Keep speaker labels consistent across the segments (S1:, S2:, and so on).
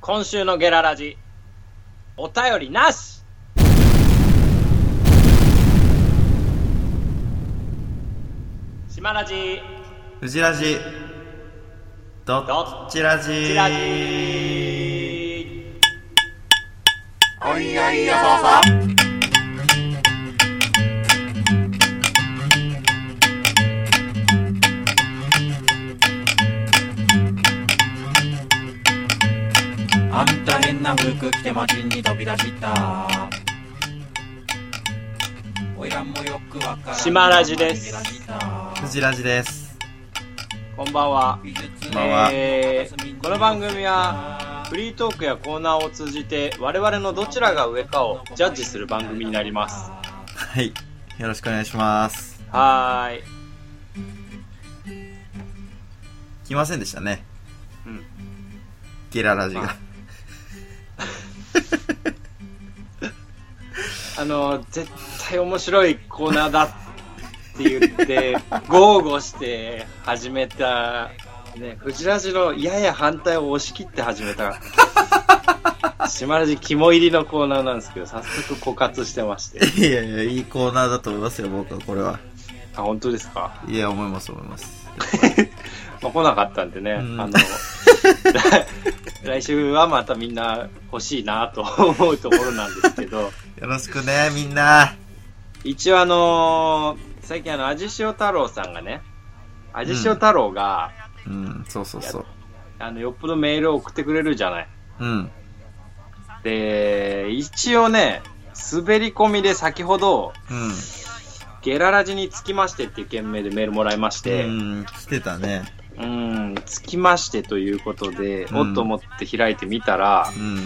S1: 今週のゲララジ、お便りなし島ラジ、
S2: うじラジどっちラジ
S1: チラジ
S2: おいおいよささ
S3: あんた変な服着て街に飛び出したおいらもよくわからん
S1: 島ラジです
S2: うじラジです
S1: こんばんは。
S2: こんばんは
S1: えーこの番組は、フリートークやコーナーを通じて、我々のどちらが上かをジャッジする番組になります。
S2: はいよろしくお願いします
S1: はーい。
S2: 来ませんでしたね
S1: うん
S2: ゲララジが
S1: あの絶対面白いコーナーだって言って豪語して始めた、ね、藤ラジのやや反対を押し切って始めた島ラジ肝入りのコーナーなんですけど早速枯渇してまして
S2: いやいやいいコーナーだと思いますよ僕はこれは
S1: あ本当ですか、
S2: いや思います思います
S1: まあ、来なかったんでね、
S2: うん
S1: あの 来週はまたみんな欲しいなと思うところなんですけど
S2: よろしくねみんな
S1: 一応あのー最近あの味塩太郎さんがね味塩太郎が、
S2: うんそうそうそう
S1: あの、よっぽどメールを送ってくれるじゃない。
S2: うん
S1: で、一応ね、滑り込みで先ほど、
S2: うん
S1: ゲララジにつきましてっていう件名でメールもらいまして、う
S2: うん来てたね
S1: ん、つきましてということで、
S2: うん
S1: おっと思って開いてみたら、
S2: うん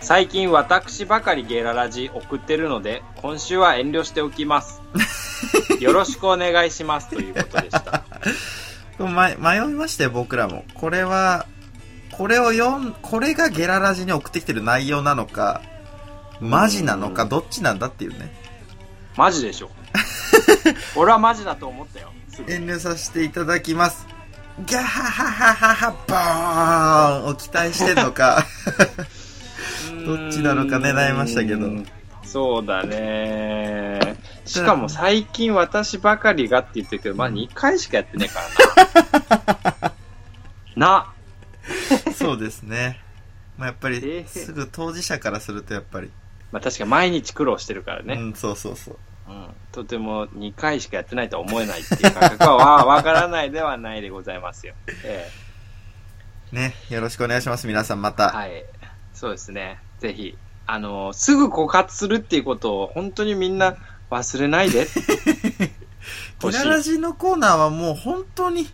S1: 最近私ばかりゲララジ送ってるので、今週は遠慮しておき ます。よろしくお願いしますということでした。
S2: ま、迷いましたよ、僕らも。これは、これを読ん、これがゲララジに送ってきてる内容なのか、マジなのか、
S1: うん
S2: どっちなんだっていうね。
S1: マジで しょ。俺はマジだと思ったよ。すぐ
S2: 遠慮させていただきます。ギャハハハハボーンを期待してんの か。どっちなのかね悩みましたけど
S1: うんそうだねしかも最近私ばかりがって言ってるけどまあ2回しかやってねえから なな
S2: そうですね。まあ、やっぱ
S1: ええ
S2: り、すぐ当事者からするとやっぱり。
S1: まあ確かに毎日苦労してるから
S2: う
S1: ね、
S2: ん、そうそうそう。
S1: うんとても2回しかやってないとは思えないっていう感覚は わからないではないでございますよ、え
S2: ね、よろしくお願いします、皆さんま
S1: え
S2: た。
S1: はいそうですねぜひあのすぐ枯渇するっていうことを本当にみんな忘れないで
S2: ゲ
S1: 欲し
S2: ラ
S1: い
S2: ラジのコーナーはもう本当に、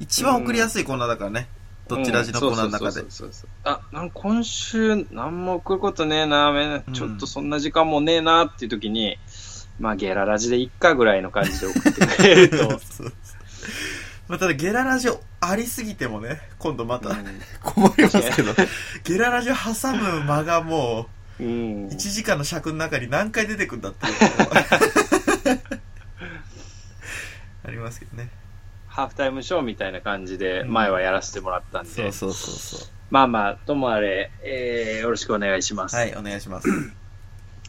S2: 一番送りやすいコーナーだからね。どっちラジのコーナーの中で
S1: うん。そうそうそうそうあなんか今週何も送ることねえなめんちょっとそんな時間もねえなっていう時に、まあゲララジでいっかぐらいの感じで送ってくれると、
S2: そうそうまあ、ただゲララジオありすぎてもね今度また、
S1: う
S2: 困りますけどゲララジオ挟む間がも
S1: んうん
S2: う1時間の尺の中に何回出てくんだっていう ありますけどね
S1: ハーフタイムショーみたいな感じで
S2: うん
S1: 前はやらせてもらったんで、
S2: そうそうそ
S1: まあまあともあれ、えーよろしくお願いします、
S2: はいお願いします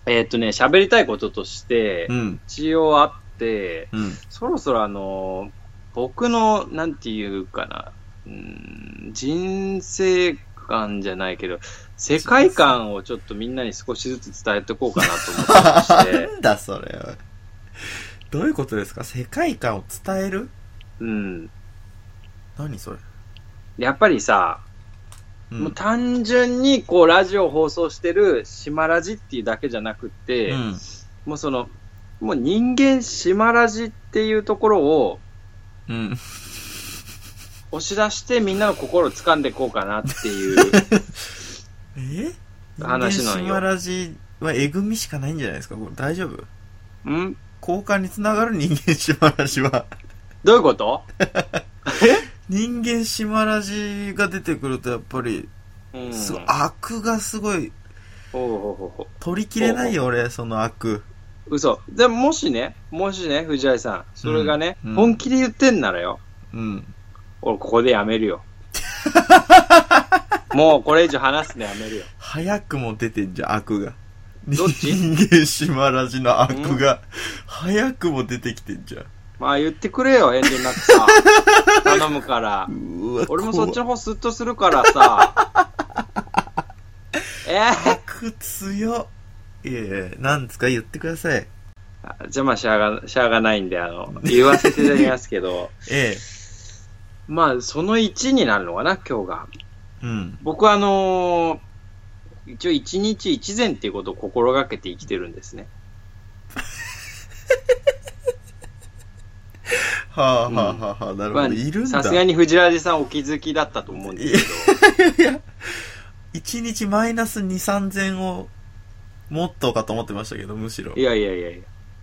S1: えーっとね喋りたいこととして
S2: うん
S1: 一応あって
S2: うん
S1: そろそろあの僕のなんていうかなうーん人生観じゃないけど世界観をちょっとみんなに少しずつ伝えておこうかなと思
S2: な
S1: ってまし て、
S2: んだそれはどういうことですか世界観を伝える
S1: うん、
S2: 何それ、
S1: やっぱりさ、
S2: う
S1: もう単純にこうラジオを放送してる島ラジっていうだけじゃなくて、
S2: うん
S1: もうそのもう人間島ラジっていうところを
S2: うん
S1: 押し出してみんなの心を掴んでいこうかなって いう、
S2: え
S1: 話なんよ
S2: 人間島ラジはえぐみしかないんじゃないですかこれ大丈夫
S1: うん
S2: 交換につながる人間島ラジは
S1: どういうこと
S2: 人間島ラジが出てくるとやっぱり
S1: うん
S2: すごい悪がすごい
S1: ほうほうほうほう
S2: 取りきれないよ俺その悪
S1: 嘘でももしねもしね藤井さんそれがね、
S2: うんうん
S1: 本気で言ってんならよ
S2: うん
S1: 俺ここでやめるよもうこれ以上話すのやめるよ。
S2: 早くも出てんじゃん、悪が。
S1: どっち
S2: 人間島ラジの悪が、早くも出てきてんじゃん。
S1: まあ言ってくれよ、遠慮なく さ。頼むから。
S2: うわ
S1: 俺もそっち
S2: 怖
S1: の方スッとするからさ。 え
S2: 悪強っいやいや、なんですか言ってください。
S1: ー、じゃあまあしゃあが、しゃあがないんで、あの、言わせていただきますけど、
S2: ええ。
S1: まあその1になるのかな、今日が。
S2: うん。
S1: 僕はあのー一応一日一善っていうことを心がけて生きてるんですね。
S2: はあはあはあはあ、なるほ
S1: まあ
S2: ど。いるんだ。
S1: さすがに藤原さんお気づきだったと思うんですけど。
S2: 一日マイナス2、3000を、もっとかと思ってましたけど、むしろ
S1: い。やいやいやいや。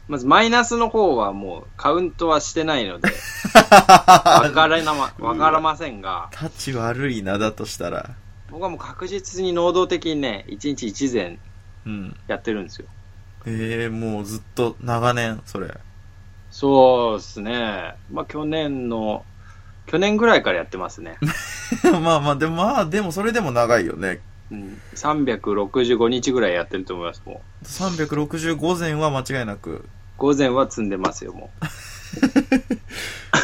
S1: まずマイナスの方はもうカウントはしてない ので、わからなま、わからませんが、
S2: タッチ悪いな、だとしたら。
S1: 僕はもう確実に能動的にね、一日一善
S2: うん。
S1: やってるんですよ。
S2: ええもうずっと長年、それ。
S1: そうですね。まあ去年の、去年ぐらいからやってます ね。
S2: まあまあ、でもまあ、でもそれでも長いよね。
S1: うん、365日ぐらいやってると思います、もう。
S2: 365前は間違いなく。
S1: 午前は積んでますよ、もう。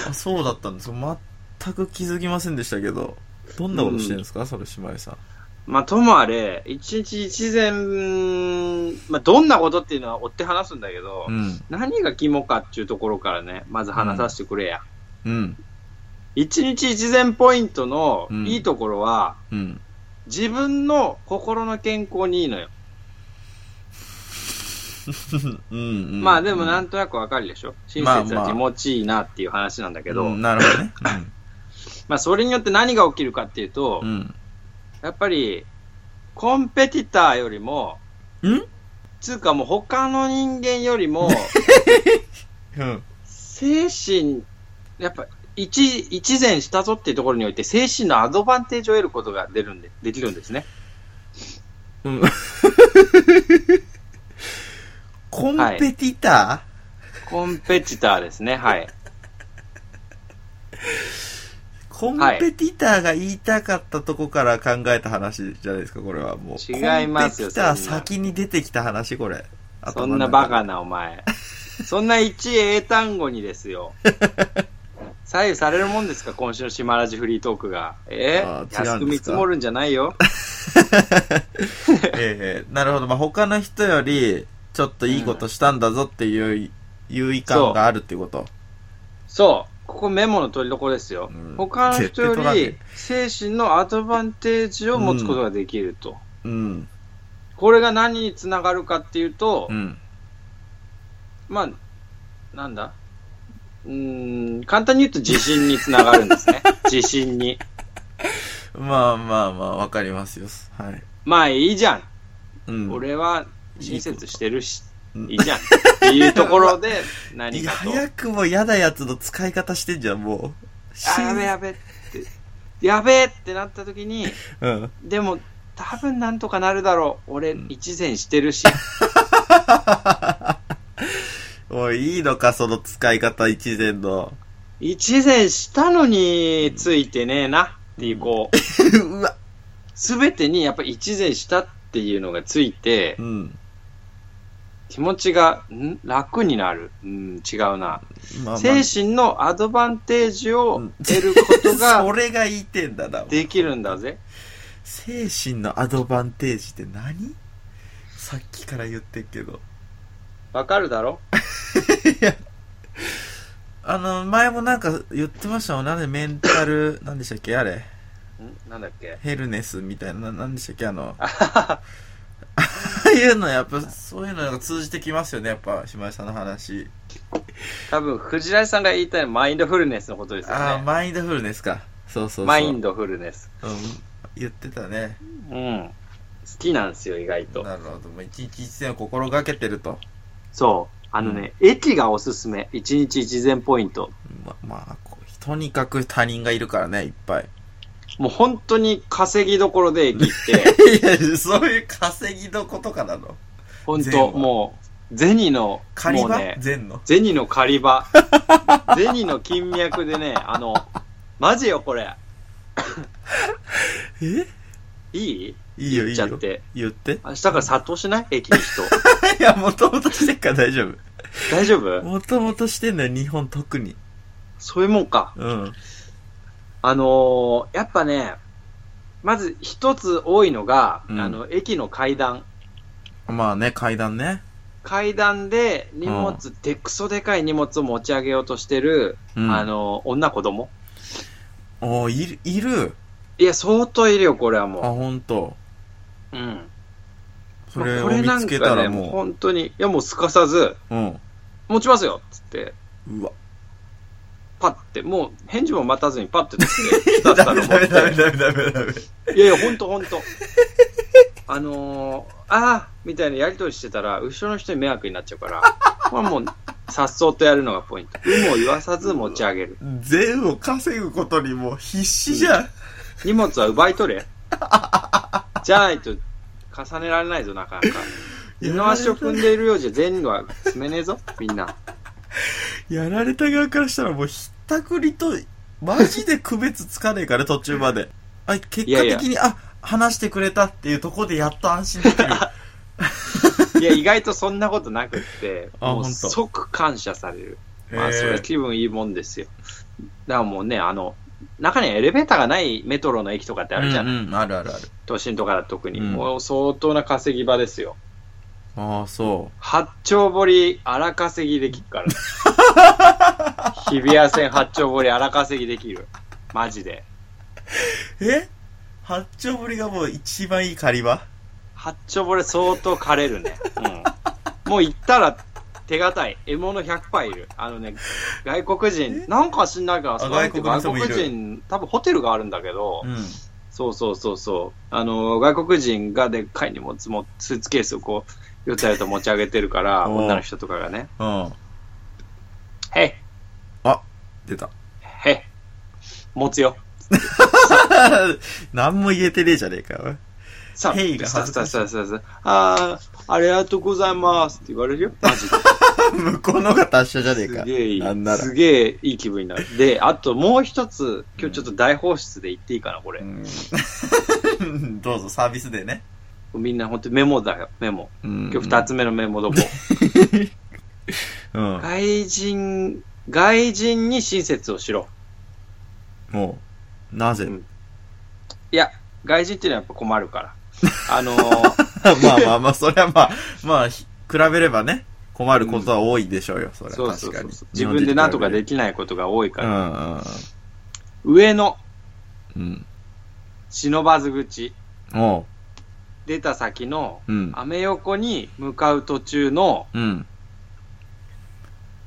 S2: あそうだったんですよ。全く気づきませんでしたけど。どんなことしてるんですか、それ、姉妹さん。
S1: まあ、ともあれ、一日一善、まあ、どんなことっていうのは追って話すんだけど、
S2: うん。
S1: 何が肝かっていうところからね、まず話させてくれや。
S2: うん。
S1: 一日一善ポイントの
S2: うん
S1: いいところは、
S2: うん。
S1: 自分の心の健康にいいのよ。
S2: うん、うん。
S1: まあでも
S2: な
S1: なんんとなくわかるでしょ親
S2: まあ
S1: 切は気持ちいいなっていう話なんだけ
S2: け
S1: ど、まあ、
S2: なるほどね。
S1: それによって何が起きるかっていうと、
S2: うん。
S1: やっぱり、コンペティターよりも、
S2: うん。ん
S1: つうかもう他の人間より も、
S2: うん。
S1: 精神、やっぱ一、一善したぞっていうところにおいて、精神のアドバンテージを得ることが出るんで、できるんですね。
S2: うん。コンペティタ
S1: コンペティターです ね、はい。
S2: ー、コンペティターが言いたかったとこから考えた話じゃないですか、これは。もう。
S1: 違いますよ
S2: コンペティター
S1: そんな
S2: 先に出てきた話、これ。
S1: そんなバ
S2: 頭の中
S1: カなお前。そんな一英単語にですよ。左右されるもんですか、今週の島ラジフリートークが。え
S2: あー違
S1: 安
S2: う
S1: く
S2: んで
S1: 見
S2: すか
S1: 積もるんじゃないよ。
S2: で。ええなるほど。まあ、他の人より、ちょっといいことしたんだぞっていう、優位感があるっていうこと。
S1: そう。ここメモの取りどころですよ。
S2: うん
S1: 他の人よ
S2: 絶対取ら
S1: り精神のアドバンテージを持つことができると。
S2: うん。
S1: これが何につながるかっていうと、
S2: うん。
S1: まあ、なんだうーん、簡単に言うと自信につながるんです ね。自信に。
S2: まあまあまあ、わかりますよ。はい。
S1: まあいいじゃん。
S2: うん。
S1: 俺は親切してるし、
S2: うん
S1: いいじゃん。っていうとこ ろで、何
S2: い
S1: か
S2: や
S1: と。
S2: 早くも嫌なやつの使い方してんじゃん、もう。
S1: あ、やべやべって。やべえってなった時に、
S2: うん。
S1: でも、多分なんとかなるだろう。俺
S2: うん、
S1: 一善してるし。
S2: おい、いいのか、その使い方一連の。
S1: 一善したのについてねえな。っていう、こう、
S2: うわ。
S1: すべてにやっぱ一善したっていうのがついて
S2: う、ん。
S1: 気持ちが、ん楽になる。うん、違うな。
S2: まあまあ
S1: 精神のアドバンテージ
S2: う
S1: を
S2: ん
S1: 得ること
S2: そ
S1: が
S2: れが言いてんだな。
S1: できるんだぜ。
S2: 精神のアドバンテージって何さっきから言ってんけど。
S1: わかるだろ
S2: あの、前もなんか言ってましたもん。なんでメンタル、なんでしたっけあれ。
S1: んなんだっけ
S2: ヘルネスみたいな、ななんでしたっけあ の。ああいうの、やっぱ、そういうのが通じてきますよね。やっぱ、島井さんの話。
S1: 多分、藤井さんが言いたいのはマインドフルネスのことですよ
S2: ああ、
S1: ね。
S2: マインドフルネスか。そうそうそう。
S1: マインドフルネス。
S2: うん。言ってたね。
S1: うん。好きなんですよ、意外と。
S2: なるほど。もう一日一戦を心がけてると。
S1: そう。あのね、駅がおすすめ。一日一善ポイント。
S2: ま、まあ、こうとにかく他人がいるからね、いっぱい。
S1: もう本当に稼ぎどころで駅って、
S2: いや、そういう稼ぎのことかなの。
S1: 本
S2: 善は
S1: 当もう、銭の、
S2: 仮
S1: もう
S2: 場
S1: ね、
S2: 善の。
S1: 銭の狩り場。 銭の金脈でね、あの、マジよ、これ。
S2: え
S1: いい
S2: いいよ、い
S1: 言
S2: い
S1: っちゃ
S2: よ
S1: っ。て。
S2: 言って。
S1: 明日から殺到しない駅に 人。
S2: いや、もともとしてっから大丈夫。
S1: 大丈夫
S2: もともとしてんだよ、日本特に。
S1: そういうもんか。
S2: うん。
S1: あのーやっぱね、まず一つ多いのが、
S2: うん
S1: あの、駅の階段。
S2: まあね、階段ね。
S1: 階段で荷物、
S2: う
S1: でくそでかい荷物を持ち上げようとしてる、
S2: うん。
S1: あ、の、女子供。
S2: おーいる、いる。
S1: いや、相当いるよ、これは
S2: あ、
S1: も
S2: ほんと。
S1: う。うん。
S2: それ
S1: こ
S2: を見
S1: なん
S2: つけ
S1: か
S2: た
S1: ね、
S2: ら
S1: もう
S2: も
S1: 本当に、いや、もうすかさず、
S2: う、うん。
S1: 持ちますよっつって、
S2: うわ。
S1: パッて、もう返事も待たずにパッて取って、だったの持って
S2: ダメダメダメ。
S1: いやいや、ほんとほんと。あのー、ああみたいなやりとりしてたら、後ろの人に迷惑になっちゃうから、 これはもう、さっそうとやるのがポイント。有無を言わさず持ち上げる。
S2: 全を稼ぐことにもう必死じゃん。
S1: 荷物は奪い取れ。じゃないと、重ねられないぞ、なかなか。二の足を踏んでいるようじゃ全員は詰めねえぞ、みんな。
S2: やられた側からしたらもうひったくりと、マジで区別つかねえから、途中まで。あ、結
S1: いや
S2: 果
S1: いや
S2: 的に、あ、話してくれたっていうところでやっと安心でき る。
S1: いや、意外とそんなことなくって、
S2: あ
S1: もう
S2: ほんと
S1: 即感謝される。ま
S2: へ
S1: あ、
S2: え
S1: それ気分いいもんですよ。だからもうね、あの、中にはエレベーターがないメトロの駅とかってあるじゃん。
S2: うんうん、あるあるある。
S1: 都心とかだと特に。
S2: うん
S1: もう相当な稼ぎ場ですよ。
S2: ああ、そ
S1: 八丁堀荒稼ぎできるから。 日比谷線八丁堀荒稼ぎできる。マジで。
S2: う。え八丁堀がもう一番いい狩り場
S1: 八丁堀相当枯れるね。うん。もう行ったら手堅い。獲物100杯いる。あのね、外国人、なんか知んないから、
S2: あ
S1: その人外
S2: 外国
S1: 国
S2: の人もいる
S1: 人、多分ホテルがあるんだけど、
S2: ん。
S1: そうそうそうそう。あの、外国人がでっかい荷物も、スーツケースをこう、よつやと持ち上げてるから、
S2: おう
S1: 女の人とかがね、
S2: うん。
S1: へい、
S2: 出た。
S1: へい、持つよ。
S2: 何も言えてねえじゃねえか よ。
S1: さあ、
S2: へいが
S1: さあ
S2: 恥ず
S1: さあ
S2: かしい
S1: さあさあさあ、あーありがとうございますって言われ るよ。マジで。
S2: 向こうのが達者じゃねえ
S1: す
S2: か。
S1: げえい。
S2: なんないら。
S1: すげえいい気分になる。で、あともう一つ、今日ちょっと大放出で言っていいかな、これ。
S2: うん どうぞ、サービスでね。
S1: みんな本当にメモだよ、メモ。
S2: 今
S1: 今日二つ目のメモどこ。
S2: うん。
S1: 外人、外人に親切をしろ。
S2: もう、なぜ
S1: う
S2: ま
S1: んいや、外人っていうのはやっぱ困る から。あのー
S2: あまあまあ、それはまあ、まあ、ひ比べればね、困ることは多いでしょうよ、それ
S1: そう
S2: は
S1: そ
S2: 確
S1: うそう
S2: かに
S1: そう。。自分でなんとかで
S2: き
S1: きないことが多いか
S2: う
S1: ら。
S2: んうん
S1: 上の
S2: うん。
S1: 忍ばず口、
S2: うん。おう。
S1: 出た先の、
S2: うん。
S1: アメ横に向かう途中の
S2: うん。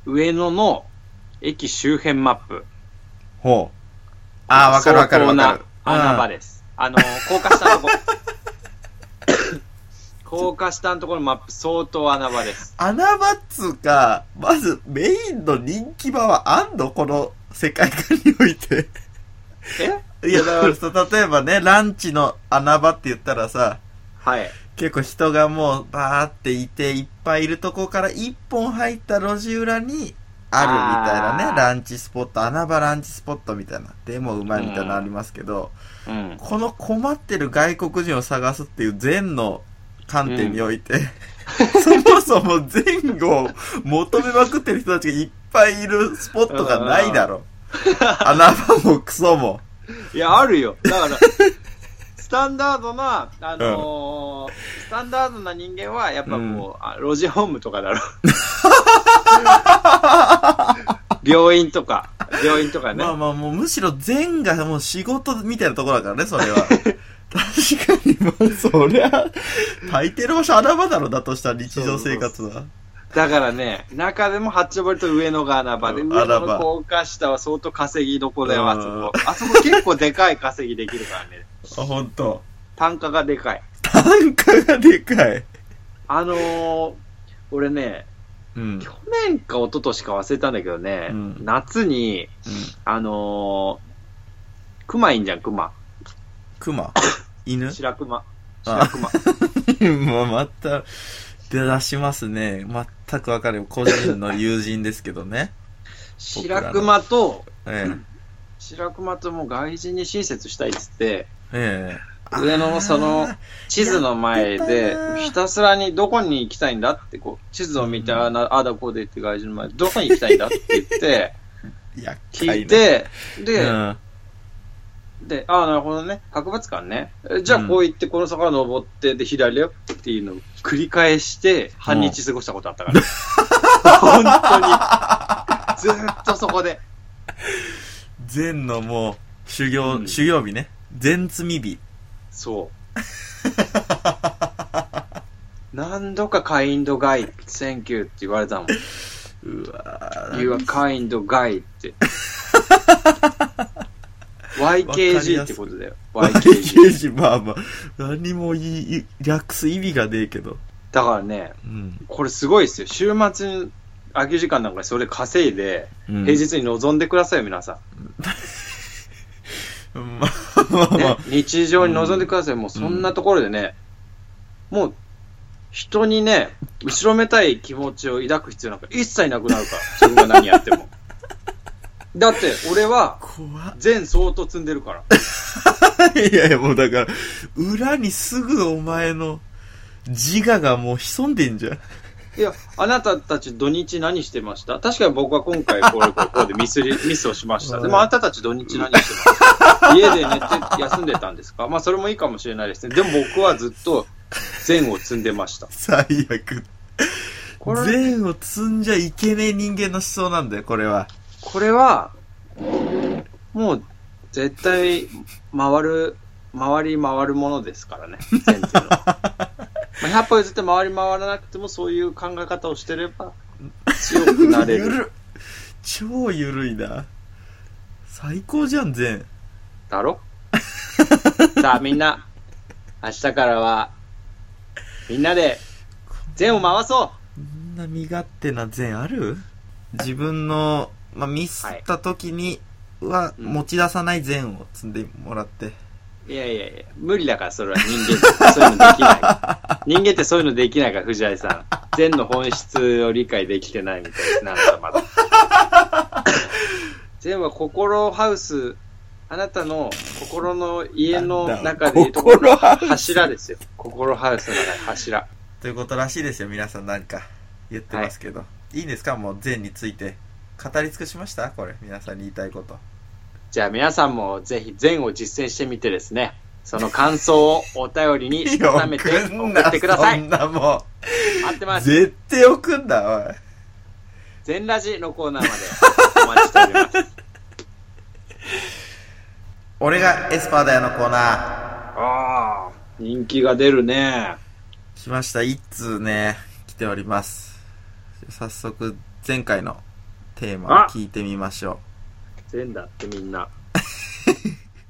S1: 上野の駅周辺マップ。
S2: ほう。ああ、わかるわかるわかる。
S1: 相当な穴場です。あのー、高架 下のとこ。高架下のところのマップ相当穴場です。
S2: 穴場っつうか、まずメインの人気場はあんのこの世界観において。
S1: え
S2: いや、だからさ、例えばね、ランチの穴場って言ったらさ、
S1: はい。
S2: 結構人がもうバーっていていっぱいいるとこから一本入った路地裏にあるみたいな
S1: あー
S2: ね、ランチスポット、穴場ランチスポットみたいな、でもうまいみたいなのありますけど、
S1: うん。
S2: この困ってる外国人を探すっていう善の観点において、 そもそも善を求めまくってる人たちがいっぱいいるスポットがないだろ。穴場もクソも。
S1: いや、あるよ。だから、スタンダードな、あのースタンダードな人間は、やっぱもう、あロジホームと かだろ。病院とか、病院とかね。
S2: まあまあもうむしろ善がもう仕事みたいなところだからね、それ は。確かにもうそりゃ、大抵の場所穴場だろ、だとしたら日常生活は。
S1: だからね、中でも八丁堀と上野が穴場で、
S2: うん
S1: 上野
S2: 穴場
S1: の高架下は相当稼ぎどこだよ、あ
S2: うん
S1: そこ。あそこ結構でかい稼ぎできるからね。
S2: あ、ほんと。
S1: 単価がでかい。
S2: 単価がでかい。
S1: あのー、俺ね、
S2: うん。
S1: 去年か一昨年か忘れたんだけどね、
S2: うん
S1: 夏に、あのー、熊いんじゃん、熊。
S2: 熊犬
S1: 白熊。白熊。
S2: まあ、また、出だしますね。全くわかるよ。個人の友人ですけどね。
S1: 白熊と、
S2: え
S1: 白熊ともう外人に親切したいっつって、
S2: え。ええ。
S1: 上のその地図の前で
S2: やってたな、
S1: ひたすらにどこに行きたいんだって、こう、地図を見て、ああなあだこうで言って外人の前で、どこに行きたいんだって言 って、
S2: 厄介な
S1: 聞い、て、
S2: う
S1: で、
S2: ん。
S1: で、ああ、なるほどね。博物館ね。えじゃあ、こう行って、この坂登って、で、左だよっていうのを繰り返して、半日過ごしたことあったから。本当に。ずーっとそこで。
S2: 禅のもう、修行、
S1: うん
S2: 修行日ね。禅積み日。
S1: そう。何度かカインドガイ、センキューって言われたもん。
S2: うわ
S1: You are
S2: ー
S1: kind guy って。
S2: かりやすい
S1: YKG ってことだよ。
S2: 刑
S1: YKG。
S2: 事、まあまあ、何もいい、略す意味がねえけど。
S1: だからね、
S2: うん。
S1: これすごいですよ。週末に空き時間なんかそれ稼いで、
S2: うん
S1: 平日に臨んでくださいよ、皆さ
S2: まあまあ
S1: ん。
S2: ま
S1: ね
S2: あ、、
S1: 日常に臨んでください。もうそんなところでね、もう、人にね、後ろめたい気持ちを抱く必要なんか一切なくなるから、自分が何やって も。だって、俺は、
S2: 怖っ。
S1: 全相当積んでるから。
S2: いやいや、もうだから、裏にすぐお前の自我がもう潜んでんじゃん。
S1: いや、あなたたち土日何してました確かに僕は今回これ、これこうでミスり、 ミスをしました。でもあなたたち土日何してました家で寝て休んでたんですかまあそれもいいかもしれないですね。でも僕はずっと善を積んでました。
S2: 最悪。
S1: これ
S2: 善を積んじゃいけねえ人間の思想なんだよ、これは。
S1: これは、もう絶対回る、回り回るものですからね。善 っていうのは。まあ100歩譲って回り回らなくてもそういう考え方をしてれば強くなれ
S2: ゆ
S1: る
S2: るっ超ゆるいな。最高じゃん、善。
S1: だろ さあみんな、明日からは、みんなで、全を回そ
S2: こんな身勝手な善ある自分の、まあ、ミスった時には
S1: うん
S2: 持ち出さない善を積んでもらって。
S1: ういやいやいや、無理だからそれは人間、そういうので きない。人間ってそういうのできないから、藤井さん。善の本質を理解できてないみたいですね、あなたまだ。 善は心ハウス、あなたの心の家の中でいうところの
S2: なんだ心ハウス
S1: 柱ですよ。心ハウスの中で柱。
S2: ということらしいですよ、皆さんなんか言ってますけど。い、いんですかもう善について。語り尽くしましたこれ、皆さんに言いたいこと。
S1: じゃあ皆さんもぜひ善を実践してみてですね、その感想をお便りに改めて
S2: 送ん
S1: 送
S2: な
S1: ってくださ
S2: そん
S1: い。
S2: なも
S1: 待って
S2: う。
S1: ます。
S2: 絶対送んな、おい。
S1: 全ラジのコーナーまでお待ちしております。
S2: 俺がエスパーだよのコーナー。
S1: ああ、人気が出るね。
S2: 来ました、一通ね、来ております。早速、前回のテーマを聞いてみましょう。
S1: 善だってみんな。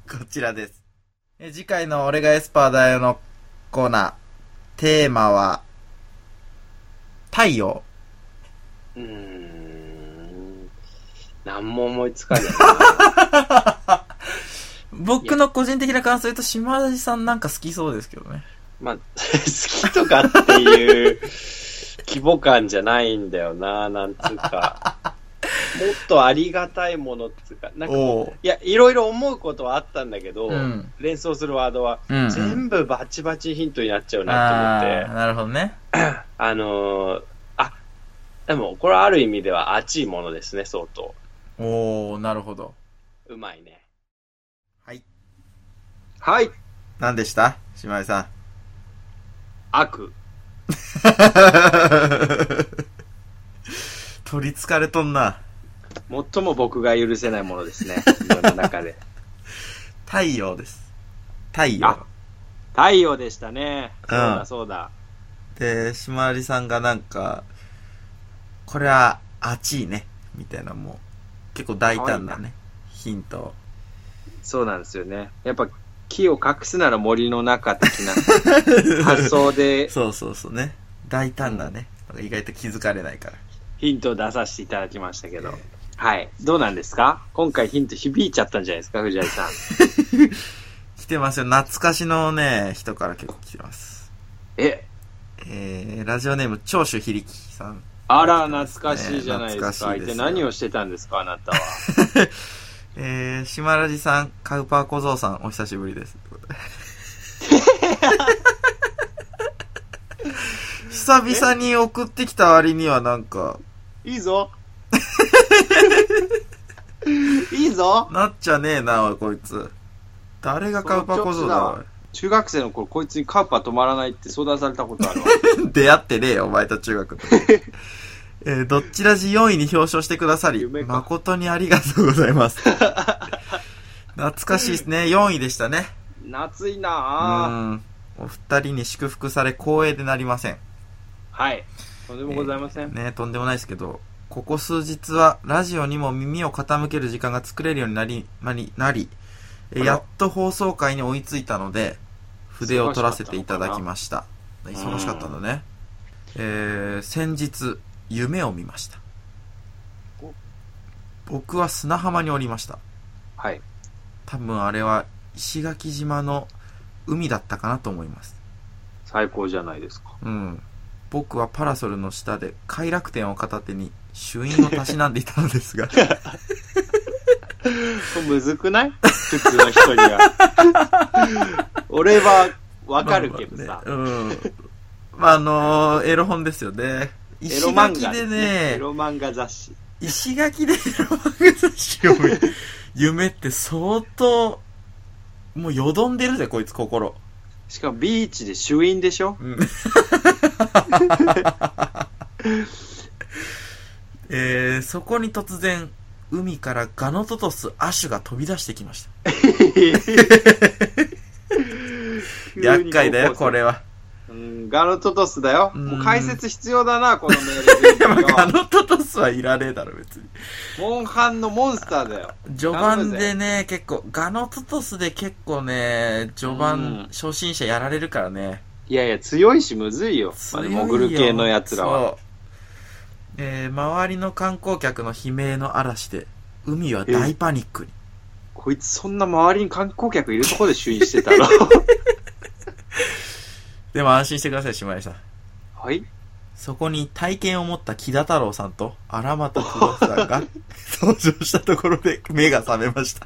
S2: こちらです。え次回の俺がエスパーだよのコーナー。テーマは、太陽。
S1: うーん。何も思いつ かない。
S2: 僕の個人的な感想言うと、島田さんなんか好きそうですけどね。
S1: まあ、好きとかっていう規模感じゃないんだよな、なんつうか。 もっとありがたいものっつうか、なんか
S2: おう。
S1: いや、いろいろ思うことはあったんだけど、
S2: うん
S1: 連想するワードは、
S2: うん、
S1: 全部バチバチヒントになっちゃうな
S2: あ
S1: と思っ
S2: ー
S1: て、
S2: なるほどね。
S1: あのーあ、でも、これはある意味では熱いものですね、相当。
S2: おおなるほど。
S1: うまいね。
S2: はい。
S1: はい。
S2: 何でした島田さん。
S1: 悪。
S2: 取りつかれとんな。
S1: 最も僕が許せないものですね、世の中 で。
S2: 太陽です。太陽
S1: あ。太陽でしたね。
S2: う
S1: そ
S2: ん
S1: うだ、そうだ。
S2: で、しまりさんがなんか、これは、熱いね。みたいな、もう、結構大胆なね、ヒントを。
S1: そうなんですよね。やっぱ、木を隠すなら森の中的な発想で
S2: そうそうそうね。大胆なね。なんか意外と気づかれないから。
S1: ヒントを出させていただきましたけど。はい。どうなんですか今回ヒント響いちゃったんじゃないですか、藤井さん。
S2: 来てますよ。懐かしのね、人から結構来てます。
S1: え、
S2: えー、ラジオネーム、長州響きさん。
S1: あら、懐かしいじゃないで
S2: ね
S1: すか。
S2: 懐かしい
S1: 一
S2: ですよ
S1: 体何をしてたんですか、あなたは。
S2: えー、島ラジさん、カウパー小僧さん、お久しぶりです。久々に送ってきた割にはなんか、
S1: いいぞ いいぞ
S2: なっちゃねえな、おいこいつ。誰がカウパ小僧だ、おい
S1: 中学生の頃こいつにカーパー止まらないって相談されたこと あるわ
S2: 出会ってねえよ、お前と中学の。 えーどっちらじ4位に表彰してくださり、
S1: 夢か
S2: 誠にありがとうございます。懐かしいですね。4位でしたね。
S1: 夏いうなあ
S2: ん。お二人に祝福され光栄でなりません。
S1: はいとんでもございません、
S2: ねとんでもないですけど、ここ数日はラジオにも耳を傾ける時間が作れるようになり、まになり、
S1: あ
S2: え
S1: ら
S2: やっと放送回に追いついたので、筆を取らせていただきました。忙
S1: 忙
S2: し
S1: し
S2: か
S1: かっ
S2: っ
S1: たた
S2: ん
S1: ん
S2: だね。えー、先日、夢を見ました
S1: お。
S2: 僕は砂浜におりました。
S1: はい
S2: 多分あれは石垣島の海だったかなと思います。
S1: 最高じゃないですか
S2: うん。僕はパラソルの下で快楽天を片手に朱印をたしなんでいたのですが、
S1: むずくない普通の人には 俺は わかるけどさ、
S2: まあまあねうん。まあ、あのーエロ本ですよね。
S1: エロ
S2: 石
S1: 漫
S2: 垣
S1: 画
S2: ですね
S1: エ、ロ漫画雑誌
S2: 石垣でエロ漫画雑誌を見る夢って相当、もうよどんでるぜ、こいつ心。
S1: しかもビーチで主演でしょ
S2: うんえー、そこに突然、海からガノトトス、アシュが飛び出してきました。厄介だよ、これは。
S1: うんガロトトスだよ。
S2: うん
S1: もう解説必要だな、このメール
S2: いや、まあ
S1: で
S2: ガノトトスはいらねえだろ、別に。
S1: モンハンのモンスターだよ。
S2: 序盤でね、結構、ガノトトスで結構ね、序盤
S1: うん、
S2: 初心者やられるからね。
S1: いやいや、強いしむずいよ。
S2: 強
S1: ま
S2: い
S1: あ、
S2: よ
S1: モグル系のやつらは。
S2: そうえー、周りの観光客の悲鳴の嵐で、海は大パニックに。
S1: こいつそんな周りに観光客いるとこで主演して たの
S2: でも安心してください、島井さん。
S1: はい
S2: そこに体験を持った木田太郎さんと荒俣久保さん が登場したところで目が覚めました。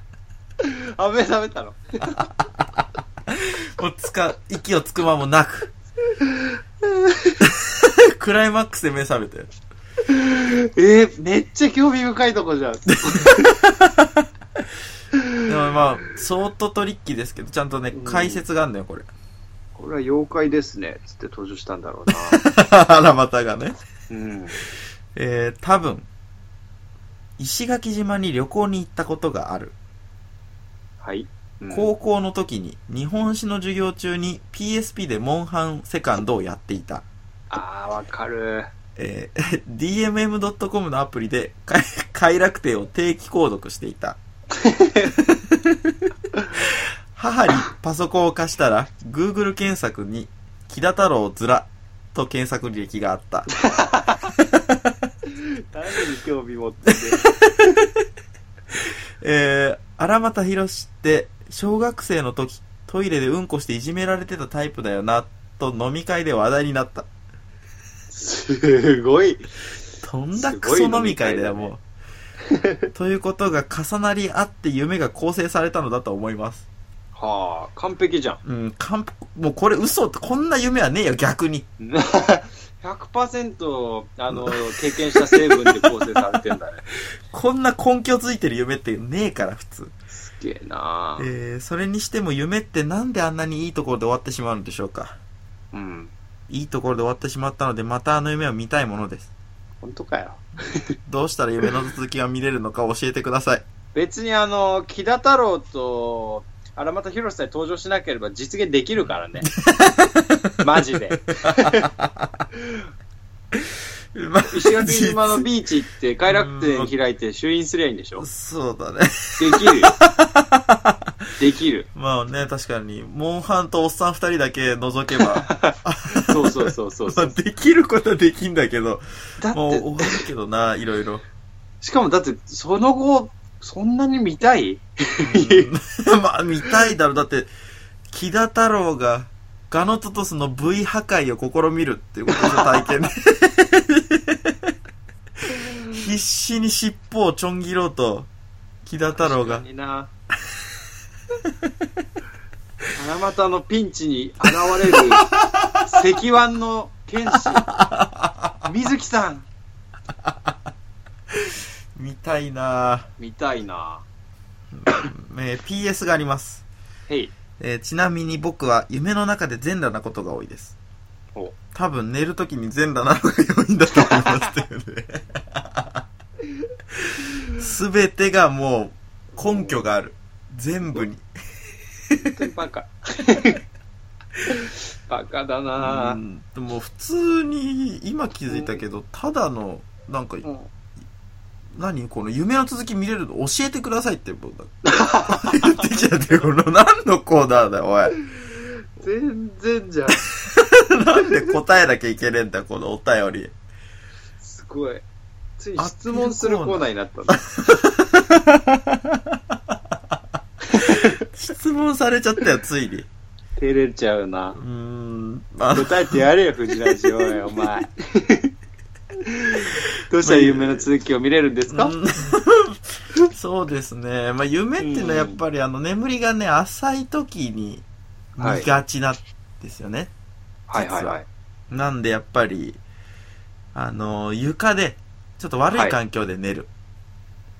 S1: あ、目覚めたの
S2: もうつか、息をつく間も なく。クライマックスで目覚めたよ。
S1: えー、めっちゃ興味深いとこじゃん。
S2: でもまあ、相当トリッキーですけど、ちゃんとね
S1: う、ん
S2: 解説があるんだよ、これ。
S1: これは妖怪ですね。つって登場したんだろうな。
S2: 荒俣がね。
S1: うん。
S2: えー、多分、石垣島に旅行に行ったことがある。
S1: はい。うん
S2: 高校の時に、日本史の授業中に PSP でモンハンセカンドをやっていた。
S1: あー、わかる。
S2: えー DMM.com のアプリで快 快楽天を定期購読してい た。母にパソコンを貸したら、Google 検索に、木田太郎ずらと検索履歴があった。
S1: 誰に興味持ってて。
S2: えー、荒俣博士って、小学生の時、トイレでうんこしていじめられてたタイプだよな、と飲み会で話題になった。
S1: すごい。
S2: とんだクソ飲み会だよ、もう。ということが重なり合って夢が構成されたのだと思います。
S1: はあ、完璧じゃん。
S2: うん、かんもうこれ嘘って、こんな夢はねえよ、逆に。
S1: 100%あの経験した成分で構成されてんだね。
S2: こんな根拠ついてる夢ってねえから、普通。
S1: すげえな
S2: えー、それにしても夢ってなんであんなにいいところで終わってしまうのでしょうか。
S1: うん。
S2: いいところで終わってしまったので、またあの夢を見たいものです。
S1: 本当かよ。
S2: どうしたら夢の続きが見れるのか教えてください。
S1: 別にあの、木田太郎と荒俣博さえ登場しなければ実現できる からね。マジで。
S2: ま
S1: 石垣島のビーチ行って快楽天開いて衆院すりゃいいんでしょ
S2: そうだね。
S1: できるよ。でき る。
S2: まあね、確かに、モンハンとおっさん二人だけ除けば、
S1: そうそうそうそう
S2: ま
S1: そ
S2: あ
S1: う。
S2: できることはできんだけど、
S1: だっ
S2: もう
S1: て
S2: 終、わるけどな、いろいろ。
S1: しかもだってその後、そんなに見たい
S2: うん まあ、見たいだろ。だって、木田太郎が、ガノトトスの V 破壊を試みるっていうことの体験で。必死に尻尾をちょん切ろうと、木田太郎が
S1: 確か、にな七夕のピンチに現れ る、石腕の剣士、水木さん。
S2: 見たいな
S1: みたいな。
S2: ぁえー PS があります。
S1: へい。
S2: えーちなみに僕は夢の中で全裸なことが多いです
S1: お。
S2: 多分寝るときに全裸なのが良いんだと思いますっていう ね。すべてがもう根拠がある。全部に。
S1: 本当にバ カ。バカだな
S2: う
S1: ぁ。
S2: んでも普通に今気づいたけど、ただの、なんか、
S1: うん
S2: 何この夢の続き見れるの教えてくださいって僕が 言ってきちゃって、この何のコーナーだよ、おい。
S1: 全然じゃん。
S2: なんで答えなきゃいけねえんだ、このお便り。
S1: すごい。ついに質問するコーナーになったん だ。
S2: 質問されちゃったよ、ついに。う
S1: 照れちゃうな
S2: ー。ん。まあ、
S1: 答えてやれよ、藤ラジオおいお 前。どうしたら夢の続きを見れるんですか、
S2: うんそうですね。まあ、夢っていうのはやっぱり、あの、眠りがね、浅い時に見がちなんですよね。
S1: はいはいはい。
S2: なんでやっぱり、あの、床で、ちょっと悪
S1: はいい
S2: 環境で寝る。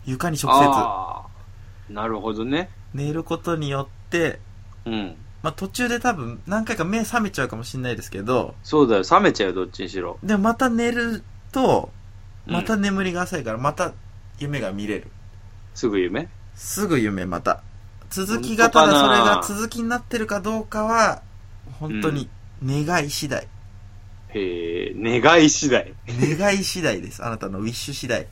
S2: 床に直接
S1: ああ。なるほどね。
S2: 寝ることによって、
S1: うん。
S2: まあ、途中で多分何回か目覚めちゃうかもしれないですけど、
S1: そうだよ、冷めちゃうよ、どっちにしろ。
S2: でもまた寝ると、
S1: うん
S2: また眠りが浅いから、また夢が見れる。
S1: すぐ夢
S2: すぐ夢また。続き
S1: 本
S2: が、
S1: 当
S2: た
S1: かな
S2: だそれが続きになってるかどうかは、本当に願い次第。
S1: へえ、願い次第。
S2: 願い次第です。あなたのウィッシュ次第。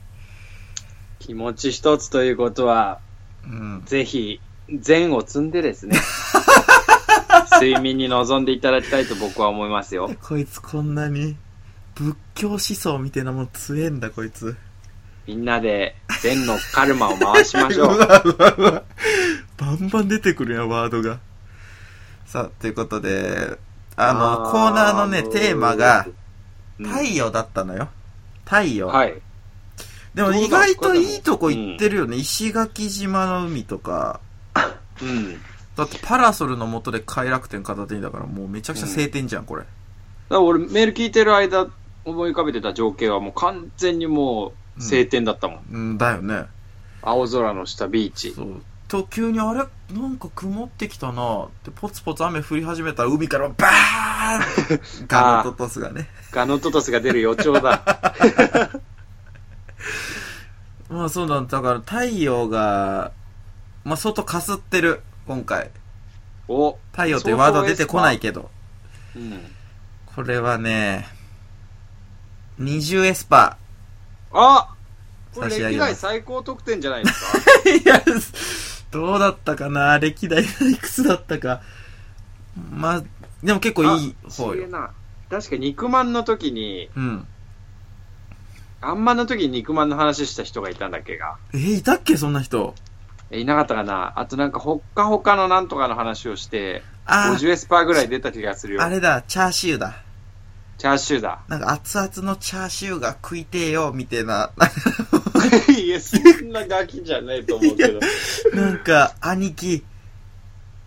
S1: 気持ち一つということは、
S2: うん。
S1: ぜひ、善を積んでです ね。睡眠に臨んでいただきたいと僕は思いますよ。
S2: こいつこんなに仏教思想みたいなもん強えんだこいつ。
S1: みんなで善のカルマを回しましょう。
S2: わうわうわ。 バンバン出てくるやんワードが。さあ、ということで、あの、コーナーのね、テーマが、、
S1: うん
S2: 太陽だったのよ。太陽。
S1: はい。
S2: でも
S1: どうだ
S2: 意外といいとこ行ってるよね。石垣島の海とか。
S1: うん。だか
S2: だってパラソルの下で快楽天片手にだからもうめちゃくちゃ晴天じゃん、これ。
S1: ら俺、メール聞いてる間、思い浮かべてた情景はもう完全にもう晴天だったもん。
S2: うん、だよね。
S1: 青空の下ビーチ。
S2: そう。と、急にあれなんか曇ってきたなって、ポツポツ雨降り始めたら海からバ ーンガラトトスがね。
S1: ガノトトスが出る予兆 だ。
S2: まあそうなんだ。だから太陽が、まあ外かすってる、今回。
S1: お、
S2: 太陽というワードは出てこないけど。
S1: うん。
S2: これはね、20エスパ
S1: あこれ
S2: 差し上
S1: 歴
S2: げます
S1: 代最高得点じゃないですか
S2: ー。いや、どうだったかな歴代いくつだったか。まあ、でも結構いい
S1: あ
S2: 方
S1: すげえ
S2: よ。
S1: な確か肉まんの時に、
S2: うん。
S1: あんまんの時に肉まんの話した人がいたんだっけが。
S2: えーいたっけそんな人。
S1: えいなかったかなあとなんかほっかほかのなんとかの話をして、
S2: あ
S1: 50エスパーぐらい出た気がするよ
S2: あ、あ。れだ、チャーシューだ。
S1: チャーシューだ。
S2: なんか熱々のチャーシューが食いてえよ、みたいな。 なんか
S1: いや、そんなガキじゃないと思うけど。
S2: なんか、兄貴、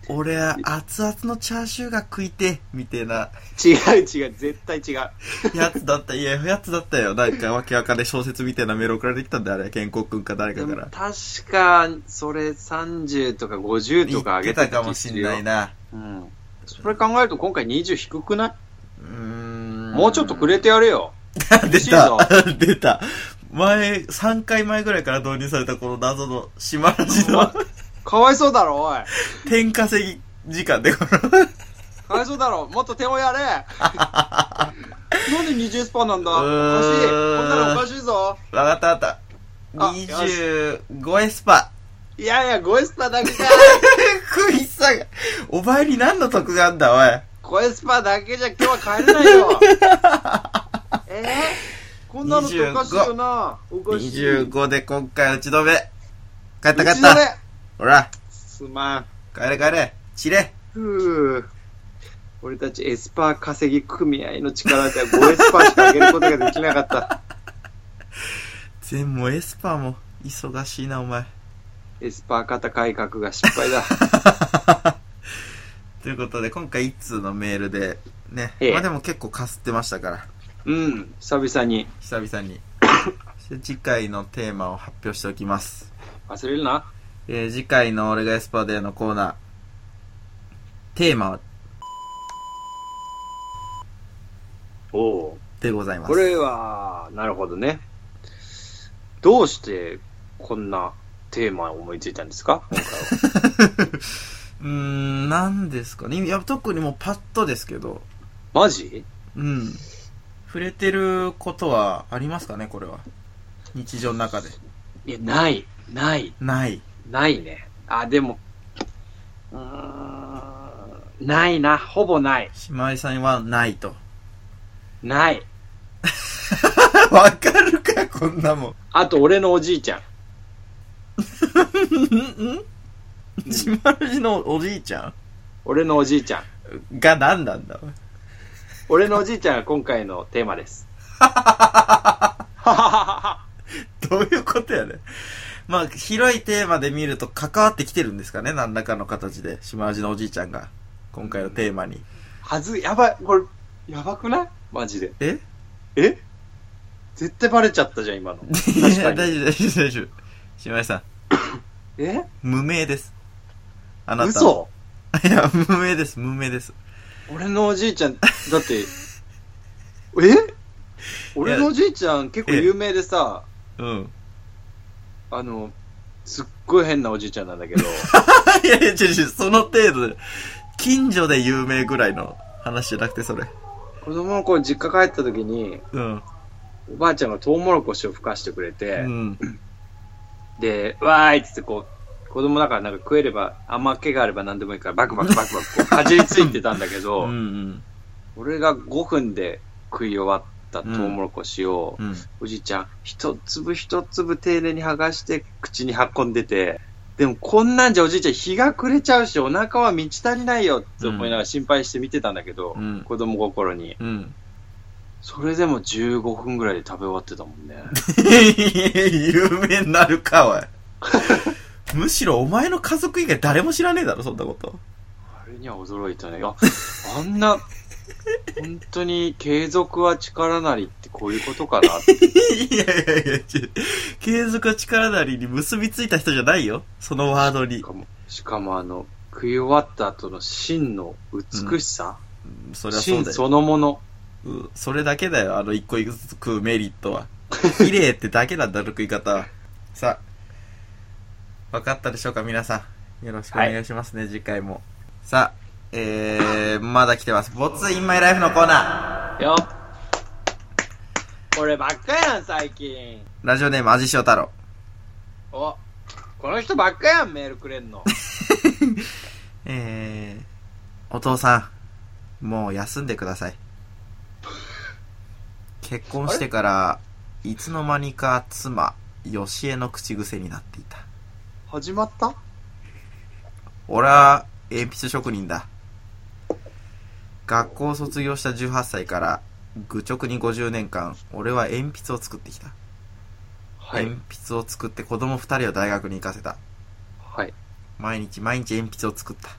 S2: 俺、熱々のチャーシューが食いてえ、みたいな
S1: 違う違う、絶対違う。
S2: やつだった。いや、やつだったよ。なんか、わけわかんない小説みたいなメール送られてきたんだよ、あれ。健康くんか誰
S1: で
S2: か
S1: も
S2: から。
S1: 確か、それ30とか50とか上
S2: 言
S1: げ
S2: って
S1: た
S2: た
S1: 気が
S2: かも
S1: す
S2: し
S1: る
S2: ん
S1: よ
S2: ないな。
S1: うん。それ考えると今回20低くないう
S2: ーん。
S1: もうちょっとくれてやれよ。
S2: 出
S1: 嬉しい
S2: た
S1: ぞ。
S2: 出た。前、3回前ぐらいから導入されたこの謎の島ら じの
S1: かわいそうだろ、おい。
S2: 天稼ぎ時間で、この。
S1: かわいそうだろ、もっと手をや れ。なんで20スパなんだお
S2: うーん
S1: かしい。こんなのおかしいぞ。
S2: わかったわか
S1: あ
S2: った。25エスパ。
S1: いやいや、5エスパだけか。
S2: クイズさんが、お前に何の得があんだ、お
S1: 5エスパだけじゃ今日は帰れない よ。えー、こんなのっておかしいよな。おか
S2: い。
S1: しい。
S2: 25で今回打ち止め。帰った
S1: う
S2: 帰っ
S1: ちだね
S2: た。ほら、
S1: すまん。
S2: 帰れ帰れ。散れ。
S1: ふう俺たちエスパー稼ぎ組合の力では5エスパーしか上げることができなか った。
S2: 全もエスパーも、忙しいな、お前。
S1: エスパー型改革が失敗だ。
S2: ということで、今回一通のメールで、ね、
S1: ええ
S2: まあでも結構かすってましたから、
S1: うん、久々に。
S2: 久々に。そして次回のテーマを発表しておきます。
S1: 忘れるな。
S2: えー次回の俺がエスパーデーのコーナー、テーマ
S1: おお。
S2: でございます。
S1: これは、なるほどね。どうして、こんなテーマを思いついたんですか今回は。
S2: うーん、なんですかね。いや、特にもうパッとですけど、
S1: マジ
S2: うん。触れてることはありますかね、これは。日常の中で。
S1: いや、ない、ない、
S2: ない。
S1: ないね。あ、でも、うーん、ないな、ほぼない。
S2: 姉妹さんはないと。
S1: ない。
S2: わかるか、こんなもん。
S1: あと、俺のおじいちゃん。
S2: うんうんじまるじのおじいちゃ
S1: 俺のおじいちゃん。
S2: んが何なんだ
S1: 俺のおじいちゃんが今回のテーマです。
S2: どういうことやねまあ、広いテーマで見ると関わってきてるんですかね何らかの形で。島味のおじいちゃんが、今回のテーマに。
S1: はずい、やばい、これ、やばくないマジで。
S2: え
S1: え絶対バレちゃったじゃん、今の。
S2: いや
S1: 確か
S2: 大
S1: に。
S2: 丈夫、大丈夫、大丈夫。島井さん、
S1: え
S2: 無名です。あなた。
S1: 嘘
S2: いや、無名です、無名です。
S1: 俺のおじいちゃん、だって、え俺のおじいちゃん結構有名でさ、
S2: うん。
S1: あの、すっごい変なおじいちゃんなん だけど、
S2: いやいや、違う違う、その程度で。近所で有名ぐらいの話じゃなくて、それ。
S1: 子供の頃実家帰った時に、
S2: うん。
S1: おばあちゃんがトウモロコシをふかしてくれて、
S2: うん。
S1: で、わーいっつってこう、子供だからなんか食えれば、甘気があれば何でもいいから、バクバクバクバクこう かじりついてたんだけ
S2: う
S1: ど、
S2: んうん。
S1: 俺が5分で食い終わったトウモロコシを、
S2: うん。
S1: おじいちゃん、一粒一粒丁寧に剥がして口に運んでて、でもこんなんじゃおじいちゃん日が暮れちゃうし、お腹は満ち足りないよって思いながら心配して見てたんだけど、
S2: うん
S1: 子供心に。
S2: うん。
S1: それでも15分ぐらいで食べ終わってたもんね。
S2: 有名になるか、おい。むしろお前の家族以外誰も知らねえだろ、そんなこと。
S1: あれには驚いたね。あ、あんな、本当に継続は力なりってこういうことかなって。
S2: いやいやいや、ちょ継続は力なりに結びついた人じゃないよ。そのワード
S1: し
S2: に。
S1: かも、しかもあの、食い終わった後の芯の美しさ、
S2: そりゃそう
S1: 芯
S2: だよ。
S1: そのもの。
S2: うんそれだけだよ、あの一個一個ずつ食うメリットは。綺麗ってだけなんだろ、食い方は。さあ、わかったでしょうか、皆さん。よろしくお願いしますね、次回も。さあ、えー、まだ来てます。ボツインマイライフのコーナー。
S1: よっこればっかやん、最近。
S2: ラジオネーム、味塩太郎。
S1: お、この人ばっかやん、メールくれんの。
S2: えー、お父さん、もう休んでください。結婚してから、いつの間にか妻、よしえの口癖になっていた。
S1: 始まった
S2: 俺は、鉛筆職人だ。学校を卒業した18歳から、愚直に50年間、俺は鉛筆を作ってきた。
S1: はい。
S2: 鉛筆を作って子供2人を大学に行かせた。
S1: はい。
S2: 毎日毎日鉛筆を作った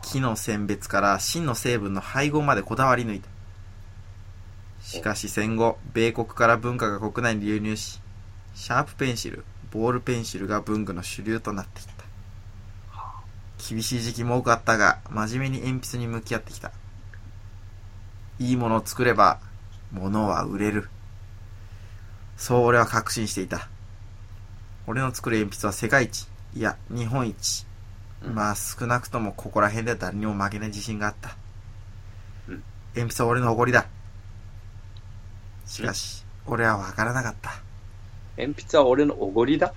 S2: 木の選別から芯の成分の配合までこだわり抜いたしかし戦後米国から文化が国内に流入しシャープペンシルボールペンシルが文具の主流となっていった厳しい時期も多かったが真面目に鉛筆に向き合ってきたいいものを作れば物は売れるそう俺は確信していた俺の作る鉛筆は世界一いや日本一
S1: うん
S2: まあ少なくともここら辺では誰にも負けない自信があった、
S1: うん
S2: 鉛筆は俺の誇りだしかし俺は分からなかった
S1: 鉛筆は俺のおごり だ。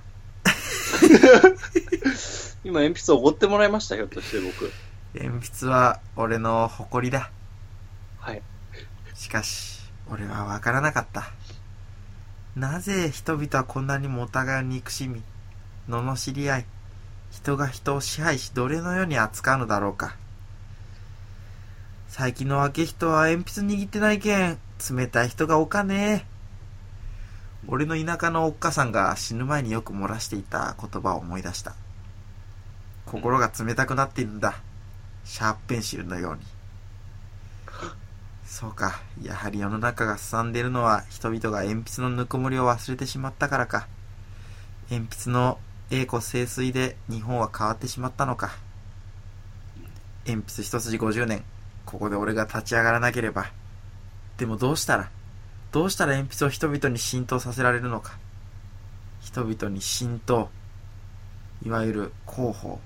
S1: 今、鉛筆おごってもらいました、ひょっとして僕。
S2: 鉛筆は俺の誇りだ
S1: はい。
S2: しかし俺は分からなかったなぜ人々はこんなにもお互いを憎しみ罵り合い人が人を支配し奴隷のように扱うのだろうか最近の若い人は鉛筆握ってないけん冷たい人が多かねえ俺の田舎のおっかさんが死ぬ前によく漏らしていた言葉を思い出した心が冷たくなっているんだシャープペンシルのように。そうか。やはり世の中がすさんでいるのは、人々が鉛筆のぬくもりを忘れてしまったからか。鉛筆の栄枯盛衰で日本は変わってしまったのか。鉛筆一筋50年。ここで俺が立ち上がらなければ。でもどうしたらどうしたら鉛筆を人々に浸透させられるのか。人々に浸透。いわゆる広報。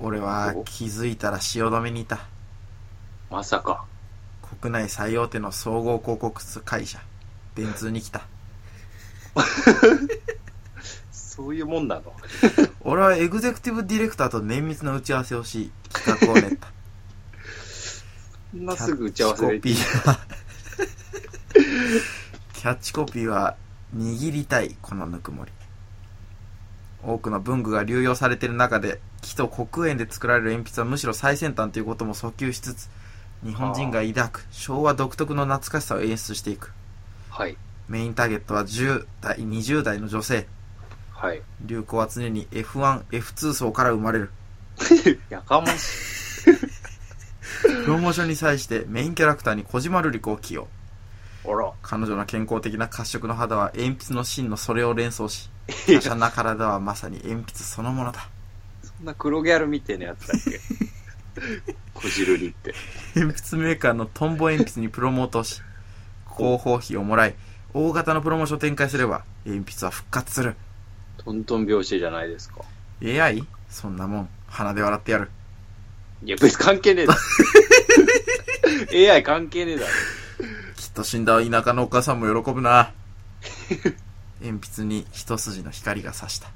S2: 俺は気づいたら汐留にいた。
S1: まさか。
S2: 国内最大手の総合広告会社電通に来た
S1: そういうもんなの。
S2: 俺はエグゼクティブディレクターと綿密な打ち合わせをし企画を練った
S1: そんなすぐ打ち合わせで
S2: キャッチコピーはキャッチコピーは握りたいこのぬくもり多くの文具が流用されている中で木と黒鉛で作られる鉛筆はむしろ最先端ということも訴求しつつ日本人が抱く昭和独特の懐かしさを演出していく
S1: はい。
S2: メインターゲットは10代20代の女性
S1: はい。
S2: 流行は常に F1、F2 層から生まれる。
S1: やかましい。
S2: プロモーションに際してメインキャラクターに小島瑠璃子を起用。
S1: あら。
S2: 彼女の健康的な褐色の肌は鉛筆の芯のそれを連想し、華奢な体はまさに鉛筆そのものだ。
S1: そんな黒ギャルみてえなやつだっ けこじるりって。
S2: 鉛筆メーカーのトンボ鉛筆にプロモートをし、広報費をもらい、大型のプロモーションを展開すれば、鉛筆は復活する。
S1: トントン拍子じゃないですか。
S2: AI? そんなもん、鼻で笑ってやる。
S1: いや、別に関係ねえだ ろ。AI 関係ねえだろ。
S2: きっと死んだ田舎のお母さんも喜ぶな。鉛筆に一筋の光が差した。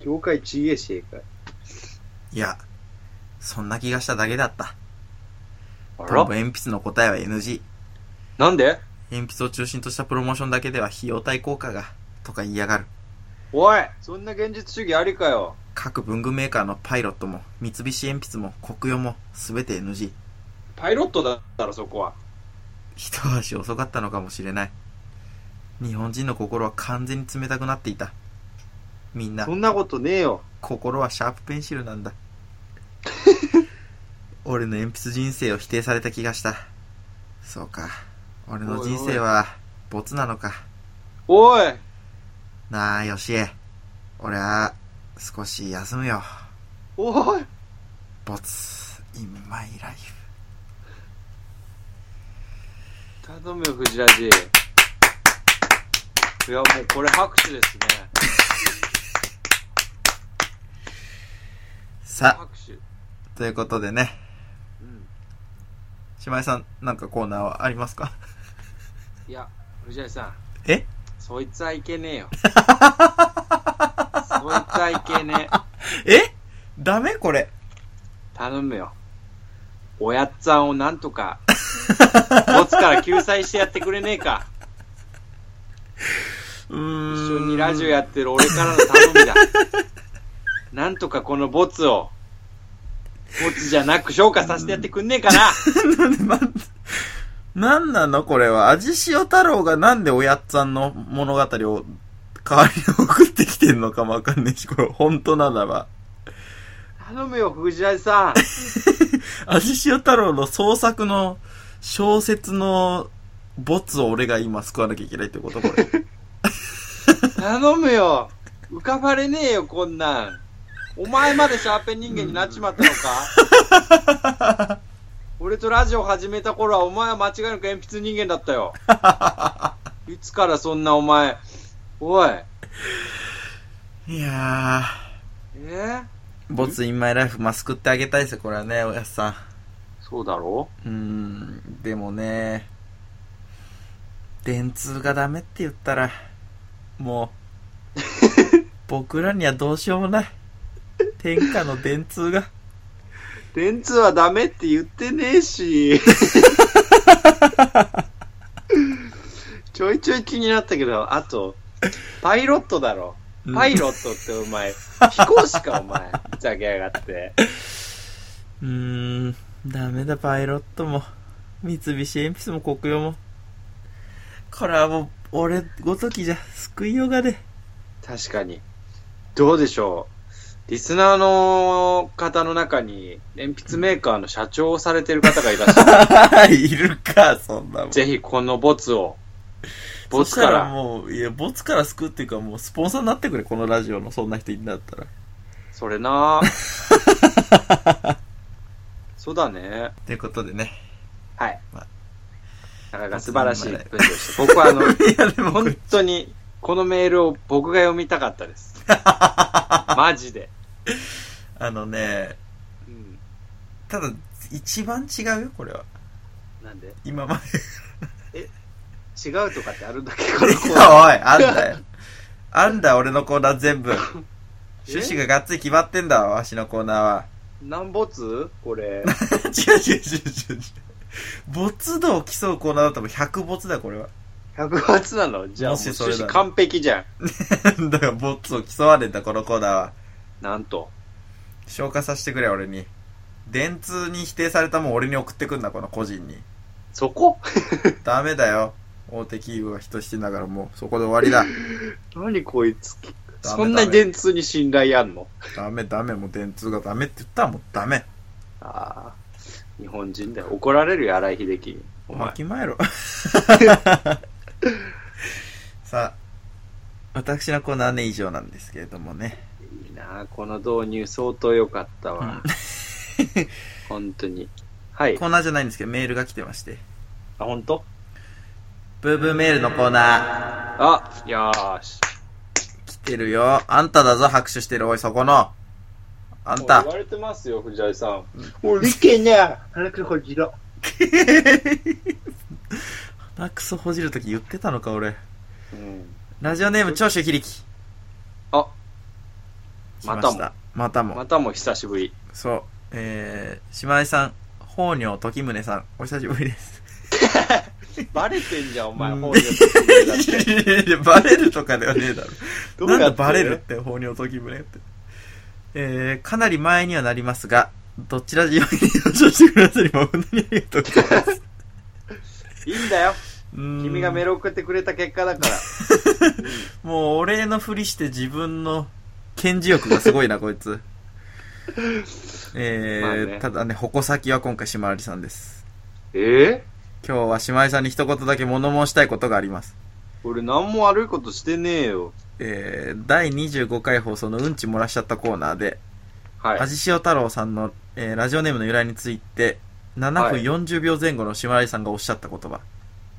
S1: 業界ちげえし、ええ
S2: いや、そんな気がしただけだった。
S1: かい。あ
S2: 多
S1: ら
S2: 分鉛筆の答えは NG。
S1: なんで
S2: 鉛筆を中心としたプロモーションだけでは費用対効果が、とか言いやがる。
S1: おいそんな現実主義ありかよ。
S2: 各文具メーカーのパイロットも、三菱鉛筆も、国用も、すべて NG。
S1: パイロットだったらそこは。
S2: 一足遅かったのかもしれない。日本人の心は完全に冷たくなっていた。みんな
S1: そ、んなことねえよ。
S2: 心はシャープペンシルな んだ。俺の鉛筆人生を否定された気がした。そうか。俺の人生は、ボツなのか。
S1: おい
S2: なあ、よしえ。俺は、少し休むよ。
S1: おい
S2: ボツ、in my life。
S1: 頼むよ、藤ラジ。いや、もうこれ拍手ですね。
S2: さ
S1: 拍手。
S2: あ、ということでね、
S1: うん。
S2: 島井さん、なんかコーナーはありますか
S1: いや、藤ラジさん。
S2: え
S1: そいつはいけねえよ。そいつはいけねえ。
S2: えダメこれ。
S1: 頼むよ。おやっつぁんをなんとか、ボツから救済してやってくれねえか。
S2: うー
S1: 一
S2: ん。
S1: 緒にラジオやってる俺からの頼みだ。なんとかこのボツを、ボツじゃなく消化させてやってくんねえかな。
S2: なんで、なんで、なんなのこれは。味塩太郎がなんでおやっさんの物語を代わりに送ってきてんのかもわかんないし、これ本当ならば。
S1: 頼むよ、藤井さん。
S2: 味塩太郎の創作の小説のボツを俺が今救わなきゃいけないってことこれ。
S1: 頼むよ。浮かばれねえよ、こんなん。お前までシャーペン人間になっちまったのか 俺とラジオ始めた頃はお前は間違いなく鉛筆人間だった よ。いつからそんなお前、おい、
S2: いや
S1: えー、
S2: ー、ボツインマイライフ、まあ、救ってあげたいですよ、これはね、おやっさん。
S1: そうだろ
S2: うーん、でもね、電通がダメって言ったら、も う、僕らにはどうしようもない。天下の電通が。
S1: 電通はダメって言ってねえ し。ちょいちょい気になったけど、あと、パイロットだろ。パイロットってお前、飛行士かお前、ふざけやがって。
S2: うーん、ダメだ、パイロットも、三菱鉛筆も国用も。これはもう、俺ごときじゃ救いようがで。
S1: 確かに。どうでしょう。リスナーの方の中に、鉛筆メーカーの社長をされてる方がいらっしゃ る。
S2: いるか、そんなもん。
S1: ぜひこのボツを、ボツ
S2: そし
S1: か
S2: たら
S1: ら、
S2: もう、いや、ボツから救うっていうか、もうスポンサーになってくれ、このラジオの、そんな人いんだったら。
S1: それ なそうだね。
S2: ということでね。
S1: はい
S2: ま。
S1: なかなか素晴らしい文章でした。僕 はあの、
S2: いや、でもこれ
S1: 本当に、このメールを僕が読みたかった です。マジで。
S2: あのね、
S1: うん。
S2: ただ、一番違うよ、これは。
S1: なんで
S2: 今まで。
S1: 違うとかってあるんだっけこのコ ー
S2: おい、
S1: ナー
S2: あんだよ。あんだ、俺のコーナー全部。趣旨ががっつり決まってんだわ、わしのコーナーは。
S1: 何ボツこれ。
S2: 違う違う違う違う違う。没度を競うコーナーだったらもう100没だ、これは。
S1: 100ボツなのじゃあ、もう
S2: もし
S1: 趣
S2: それなら
S1: 旨完璧じゃん。
S2: だから、没を競わねえんだ、このコーナーは。
S1: なんと。
S2: 消化させてくれ、俺に。電通に否定されたもん俺に送ってくんな、この個人に。
S1: そこ
S2: ダメだよ。大手企業が人してんだからもう、そこで終わりだ。
S1: 何こいつ。
S2: ダメ
S1: そんなに電通に信頼あんの
S2: ダメダメ、もう電通がダメって言ったらもうダメ。
S1: ああ。日本人だよ。怒られるよ、荒井秀樹。お前
S2: わ。きま えろ。さあ、私のコーナーね、以上なんですけれどもね。
S1: いいなあこの導入相当良かったわ。 本当に。はい。
S2: コ
S1: あ、
S2: ーナーじゃないんですけど、メールが来てまして。
S1: 本当
S2: ブーブーメールのコーナー。
S1: あ、よーし。
S2: 来てるよ。あんただぞ、拍手してる。おい、そこの。あん
S1: もう
S2: た
S1: 言。われてますよ、藤井さん。もう、理系ね。腹くこじろ。
S2: 鼻くそほじるとき言ってたのか、俺。
S1: うん。
S2: ラジオネーム、長州秀樹。
S1: あ、
S2: 来
S1: ま
S2: ま
S1: た
S2: し
S1: も
S2: た。またも。
S1: またも久しぶり。
S2: そう。えー、姉妹さん、宝尿時宗さん、お久しぶりです。
S1: バレてんじゃん、お前。
S2: うん
S1: もうやってんだって
S2: バレるとかではねえだろ。
S1: どうや
S2: な
S1: っ
S2: ん
S1: て
S2: でバレるって、宝尿時宗って。えー、かなり前にはなりますが、どちらじより優勝してくださり、本当にありがとうございます。
S1: いいんだよ。
S2: 君
S1: 君がメール送ってくれた結果だから。
S2: もうお礼のふりして自分の顕示欲がすごいな、こ いつ。えー
S1: まあね
S2: ただね、矛先は今回、しまわりさんです。
S1: え
S2: 今日はしまいさんに一言だけ物申したいことがあります。
S1: 俺何も悪いことしてねえよ。
S2: えー、第25回放送のうんち漏らしちゃったコーナーで、
S1: はい。
S2: 味塩太郎さんの、えーラジオネームの由来について、7分
S1: はい
S2: 40秒前後のしまわりさんがおっしゃった言葉、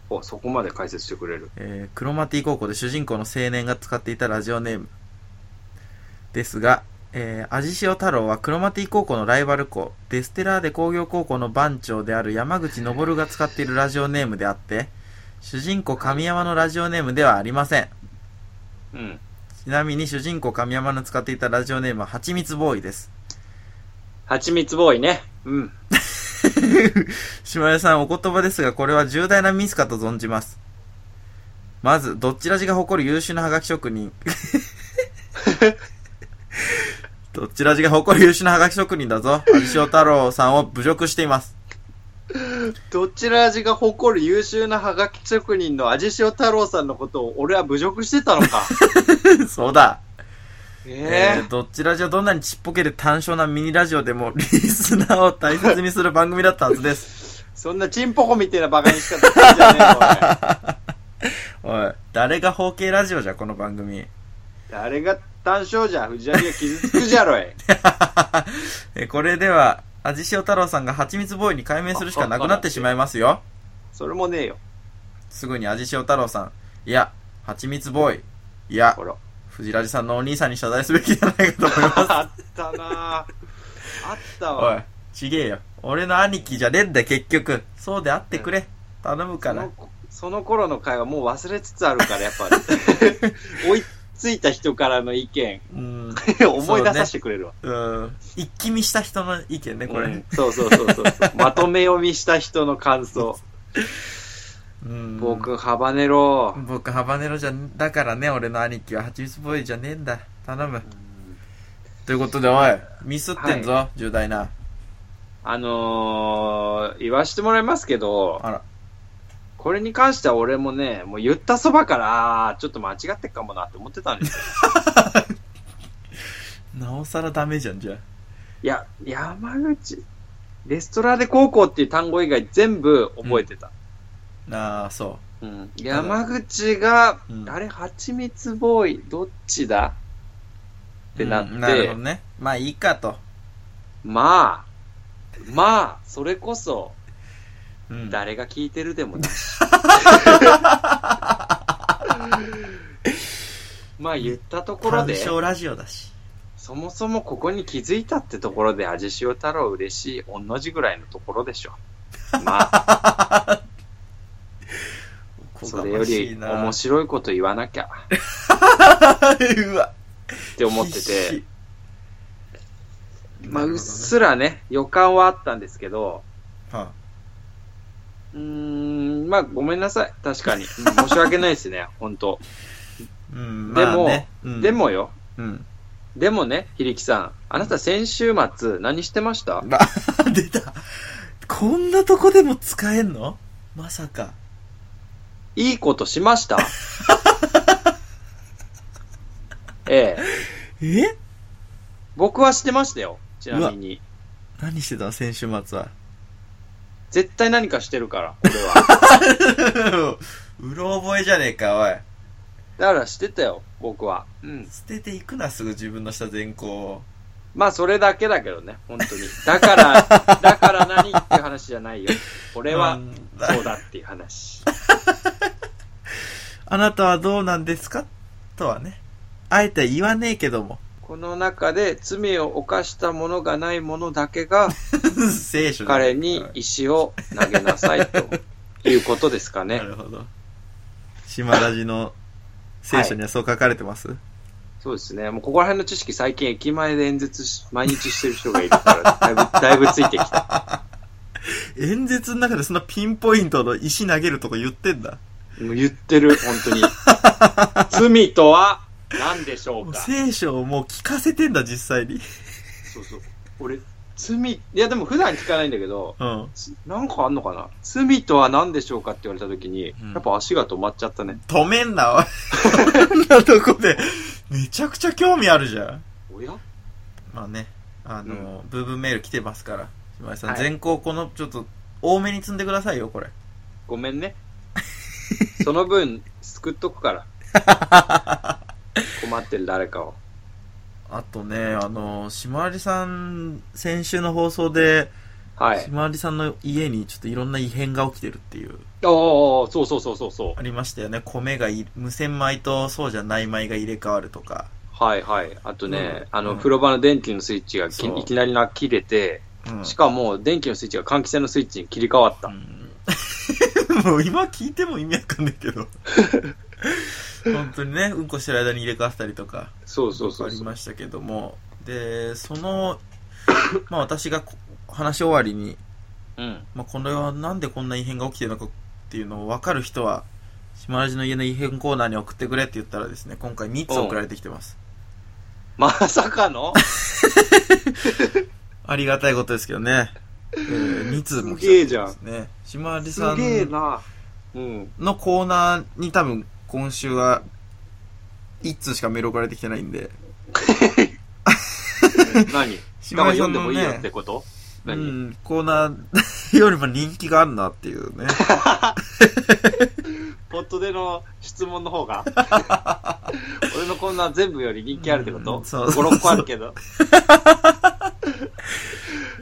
S1: お、そこまで解説してくれる。
S2: えークロマティ高校で主人公の青年が使っていたラジオネームですが、えー、味塩太郎はクロマティ高校のライバル校デステラーデ工業高校の番長である山口昇が使っているラジオネームであって主人公神山のラジオネームではありません
S1: うん。
S2: ちなみに主人公神山の使っていたラジオネームははちみつボーイです
S1: 蜂蜜ボーイね。うん。
S2: 島屋さんお言葉ですがこれは重大なミスかと存じますまずどっちらじが誇る優秀なハガキ職人どっちらじが誇る優秀なハガキ職人だぞ味塩太郎さんを侮辱しています
S1: どちら味が誇る優秀なハガキ職人の味塩太郎さんのことを俺は侮辱してたの か。
S2: そうだ、
S1: え
S2: えーどっちらじはどんなにちっぽけで単調なミニラジオでもリスナーを大切にする番組だったはずです
S1: えそんなチンポコみたいなバカにしかたじゃねえよ、おい
S2: おい誰が包茎ラジオじゃこの番組
S1: 誰が単勝じゃ、藤波が傷つくじゃ ろい。
S2: えーこれでは味塩太郎さんが蜂蜜ボーイに改名するしかなくなってしまいますよ
S1: それもねえよ。
S2: すぐに味塩太郎さん、いや、蜂蜜ボーイ、いや
S1: ほ、ら。
S2: 藤ラジさんのお兄さんに謝罪すべきじゃないかと思います。
S1: あったなああった
S2: お
S1: わ。
S2: い、ちげえよ。俺の兄貴じゃねえんだよ、結局。そうであってくれ。頼むか
S1: そ
S2: ら
S1: の。その頃の会話もう忘れつつあるから、やっぱり。 追いついた人からの意見、
S2: うん。
S1: 思い出させてくれるわ。
S2: うん。一気見した人の意見ね、こ
S1: う
S2: れ
S1: ん。そうそうそうそう。まとめ読みした人の感想。
S2: うん。
S1: 僕、ハバネロ。
S2: 僕、ハバネロじゃ、だからね、俺の兄貴は蜂蜜ボーイじゃねえんだ。頼む。ということで、おい、ミスってんぞ、重大な。
S1: あのー、言わしてもらいますけど、
S2: あら。
S1: これに関しては俺もね、もう言った そばから、あーちょっと間違ってっかもなって思ってたんですよ。
S2: なおさらダメじゃん、じゃあ。
S1: いや、山口、レストラーデ高校っていう単語以外全部覚えてた。
S2: ああ、そ
S1: うん山口が、
S2: うん
S1: あれ、蜂蜜ボーイ、どっちだ
S2: う。
S1: ってなって
S2: うんなるほどね。まあいいかと。
S1: まあ、まあ、それこそ、
S2: うん。
S1: 誰が聞いてるで もなし。まあ言ったところで
S2: 単、勝ラジオだし。
S1: そもそもここに気づいたってところで、味塩太郎嬉しい、おんの字ぐらいのところで しょ。まあ、それより面白いこと言わなきゃ
S2: い。 うわ。
S1: って思って
S2: 必
S1: て
S2: 死、。
S1: まあ
S2: な
S1: うっ
S2: るほどね
S1: すらね、予感はあったんですけど、
S2: は
S1: うーん、まあごめんなさい。確かに。うん申し訳ないですね、本当
S2: あうん、
S1: でも
S2: まあね。うん
S1: で、もよ、
S2: うん。
S1: でもね、ひりきさん、あなた先週末何してました
S2: ま出た。こんなとこでも使えんのまさか。
S1: いいことしました ええ。
S2: え
S1: 僕はしてましたよ。ちなみに。
S2: 何してた先週末は。
S1: 絶対何かしてるから、俺は。
S2: うろ覚えじゃねえか、おい。
S1: だからしてたよ、僕は。うん。
S2: 捨てていくな、すぐ自分のした善行を。
S1: まあ、それだけだけどね、本当に。だから、だから何って話じゃないよ。俺は
S2: う、ん
S1: そうだっていう話。
S2: あなたはどうなんですかとはね。あえて言わねえけども。
S1: この中で罪を犯したものがないものだけが、
S2: 聖書だ
S1: 彼に石を投げなさいということですかね
S2: な。るほど。島ラジの聖書にはそう書かれてます、
S1: そうですね。もうここら辺の知識最近駅前で演説し、毎日してる人がいるから、 だいぶ、だいぶついてきた。
S2: 演説の中でそんなピンポイントの石投げるとこ言ってんだ。
S1: もう言ってる、本当に。 罪とは何でしょ
S2: も
S1: う
S2: う
S1: か
S2: 聖書をもう聞かせてんだ、実際に。
S1: そうそう。俺、罪、いやでも普段聞かないんだけど、
S2: うん。
S1: つなんかあんのかな罪とは何でしょうかって言われた時に、
S2: うん
S1: やっぱ足が止まっちゃったね。
S2: 止めんな、おい。こんなとこで。めちゃくちゃ興味あるじゃん。
S1: おや
S2: まあね、あの、ブーブーメール来てますから、島井さん、
S1: はい
S2: 全校この、ちょっと、多めに積んでくださいよ、これ。
S1: ごめ んね。その分、救っとくから。 困ってる誰かを。
S2: あとね、あの、島まりさん、先週の放送で、
S1: はい
S2: 島。まりさんの家にちょっといろんな異変が起きてるっていう、
S1: ああ、そうそうそうそうそう
S2: あ。りましたよね。米がい、無洗米とそうじゃない米が入れ替わるとか。
S1: はいはい。あとね、
S2: うん
S1: あの、
S2: うん
S1: 風呂場の電気のスイッチがき
S2: そう
S1: いきなりな切れて、
S2: うん。
S1: しかも電気のスイッチが換気扇のスイッチに切り替わった。
S2: うん もう今聞いても意味わかんない けど。本当にね、うんこしてる間に入れ替わったりとか。
S1: そうそうそう
S2: あり
S1: そう。
S2: ましたけどもでそのまあ私がこ話し終わりに、
S1: うん。
S2: まあ、これはなんでこんな異変が起きてるのかっていうのを分かる人は島ラジの家の異変コーナーに送ってくれって言ったらですね今回3つ送られてきてます
S1: まさかの
S2: ありがたいことですけどね、えー、2通も来
S1: すげえじゃん
S2: ですね島ラジ
S1: す
S2: さ
S1: げえ
S2: ん
S1: な。 うん。
S2: のコーナーに多分今週は1通しかメール送られてきてないんで
S1: 何しか
S2: 島
S1: も
S2: ラジさ
S1: 読ん
S2: ん
S1: で
S2: の
S1: もいいよっ
S2: ね
S1: てこと
S2: う
S1: 何、
S2: ん、コーナーよりも人気があるなってい うね
S1: ポットでの質問の方 が俺のこんな全部より人気あるってこと、
S2: うん
S1: 五
S2: そう
S1: 六 ?5、6個あるけど。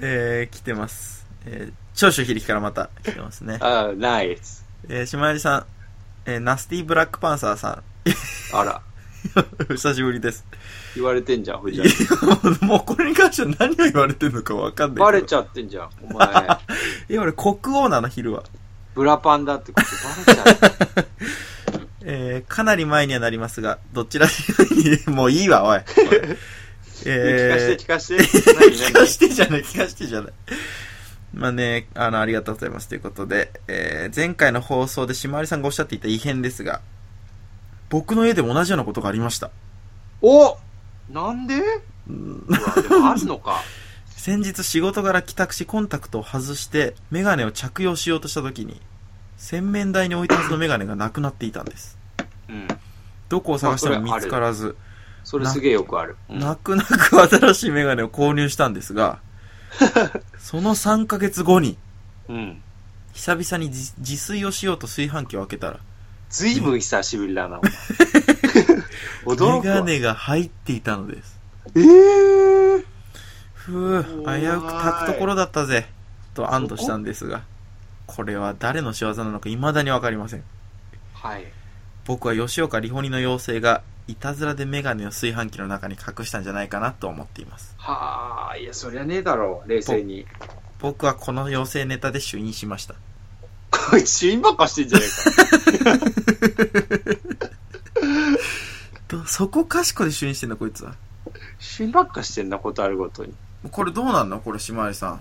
S2: えー、来てます。えー、長州響からまた来てますね。
S1: ああ、ナイス。
S2: えー、島寄さん、えー、ナスティブラックパンサーさ
S1: あら、
S2: ん、 久しぶりです。
S1: 言われてんじゃん、藤
S2: いや
S1: 井。
S2: もうこれに関しては何を言われてるのかわかんないけど。
S1: バレちゃってんじゃん、お前。
S2: いや、俺国王なの、昼は。
S1: ブラパンだってことバレちゃう。
S2: えー、かなり前にはなりますが、どちらに、もういいわ、 おい。おいえー、
S1: 聞かして、聞かして。
S2: 聞かしてじゃない、聞かしてじゃない。まあね、あの、ありがとうございます。ということで、えー前回の放送で島まりさんがおっしゃっていた異変ですが、僕の家でも同じようなことがありました。
S1: おなんで
S2: うん
S1: うわ、でもあるの か。
S2: 先日仕事柄帰宅しコンタクトを外して、メガネを着用しようとした時に、洗面台に置いたはずのメガネがなくなっていたんです。
S1: うん。
S2: どこを探しても見つからず、
S1: それすげえよくある。
S2: 泣く泣く新しいメガネを購入したんですが、その3ヶ月後に、
S1: うん。
S2: 久々に自自炊をしようと炊飯器を開けたら、
S1: ずいぶん久しぶりだ な、お前驚
S2: メ
S1: くわ
S2: ガネが入っていたのです。
S1: えー、
S2: ふぅ、
S1: おーい
S2: 危うく炊くところだったぜ、と安堵したんですが、これは誰の仕業なのか未だにわかりません。
S1: はい。
S2: 僕は吉岡里帆にの妖精が、いたずらでメガネを炊飯器の中に隠したんじゃないかなと思っています。
S1: はあ、いや、そりゃねえだろう、冷静に。
S2: 僕はこの妖精ネタで主任しました。
S1: こいつ、死因ばっかしてんじゃねえか。
S2: どそこかしこで主任してんのこいつは。
S1: 死因ばっかしてんな、ことあるご とに。
S2: これどうなんのこれ、しまりさ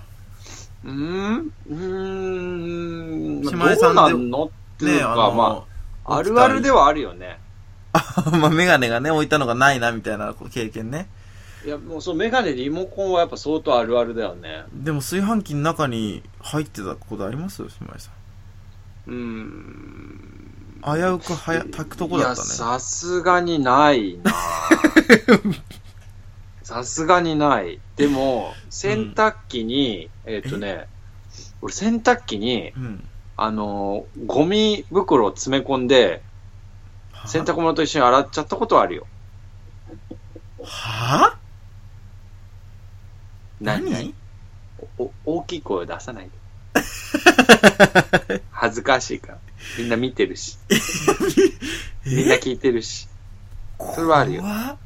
S2: ん。
S1: うーん、うーん、
S2: 姉
S1: まあど
S2: 妹さ
S1: うんなんのって
S2: ね
S1: い
S2: え、
S1: うか、
S2: あの、
S1: まあ、あるあるではあるよね。
S2: あ まあ、メガネがね、置いたのがないな、みたいなこう経験ね。
S1: いや、もうそのメガネ、リモコンはやっぱ相当あるあるだよね。
S2: でも、炊飯器の中に入ってたことありますよ、しまりさん。
S1: うーん。
S2: 危うくはや、炊くとこだっ
S1: いや
S2: たね。
S1: さすがにない なさすがにない。でも、洗濯機に、えーっとね、俺洗濯機に、
S2: うん。
S1: あのーゴミ袋を詰め込んで、洗濯物と一緒に洗っちゃったことはあるよ。
S2: はぁ
S1: 何
S2: 何
S1: お大きい声出さ ないで。恥ずかしいから。みんな見てるし。みんな
S2: え
S1: 聞いてるし。
S2: こ
S1: それはあるよ
S2: わ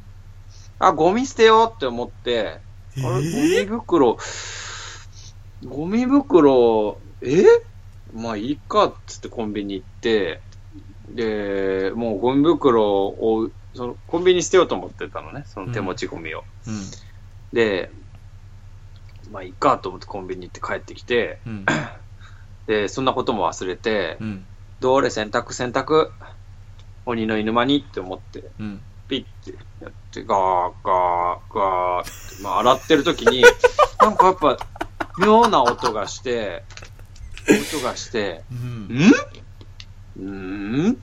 S1: あ、ゴミ捨てようって思って、
S2: え
S1: あれ、
S2: ー
S1: ゴミ袋、ゴミ袋、えまあいいかっつってコンビニ行って、で、もうゴミ袋を、そのコンビニ捨てようと思ってたのね、その手持ちゴミを。
S2: うん。
S1: で、まあいいかと思ってコンビニ行って帰ってきて、
S2: うん。
S1: で、そんなことも忘れて、
S2: うん。
S1: どれ洗濯洗濯、鬼の犬間にって思って、
S2: うん。
S1: ピッてやって、ガーガーガーって、まあ、洗ってる時に、 なんかやっぱ、妙な音がして、音がして、
S2: うん。
S1: んん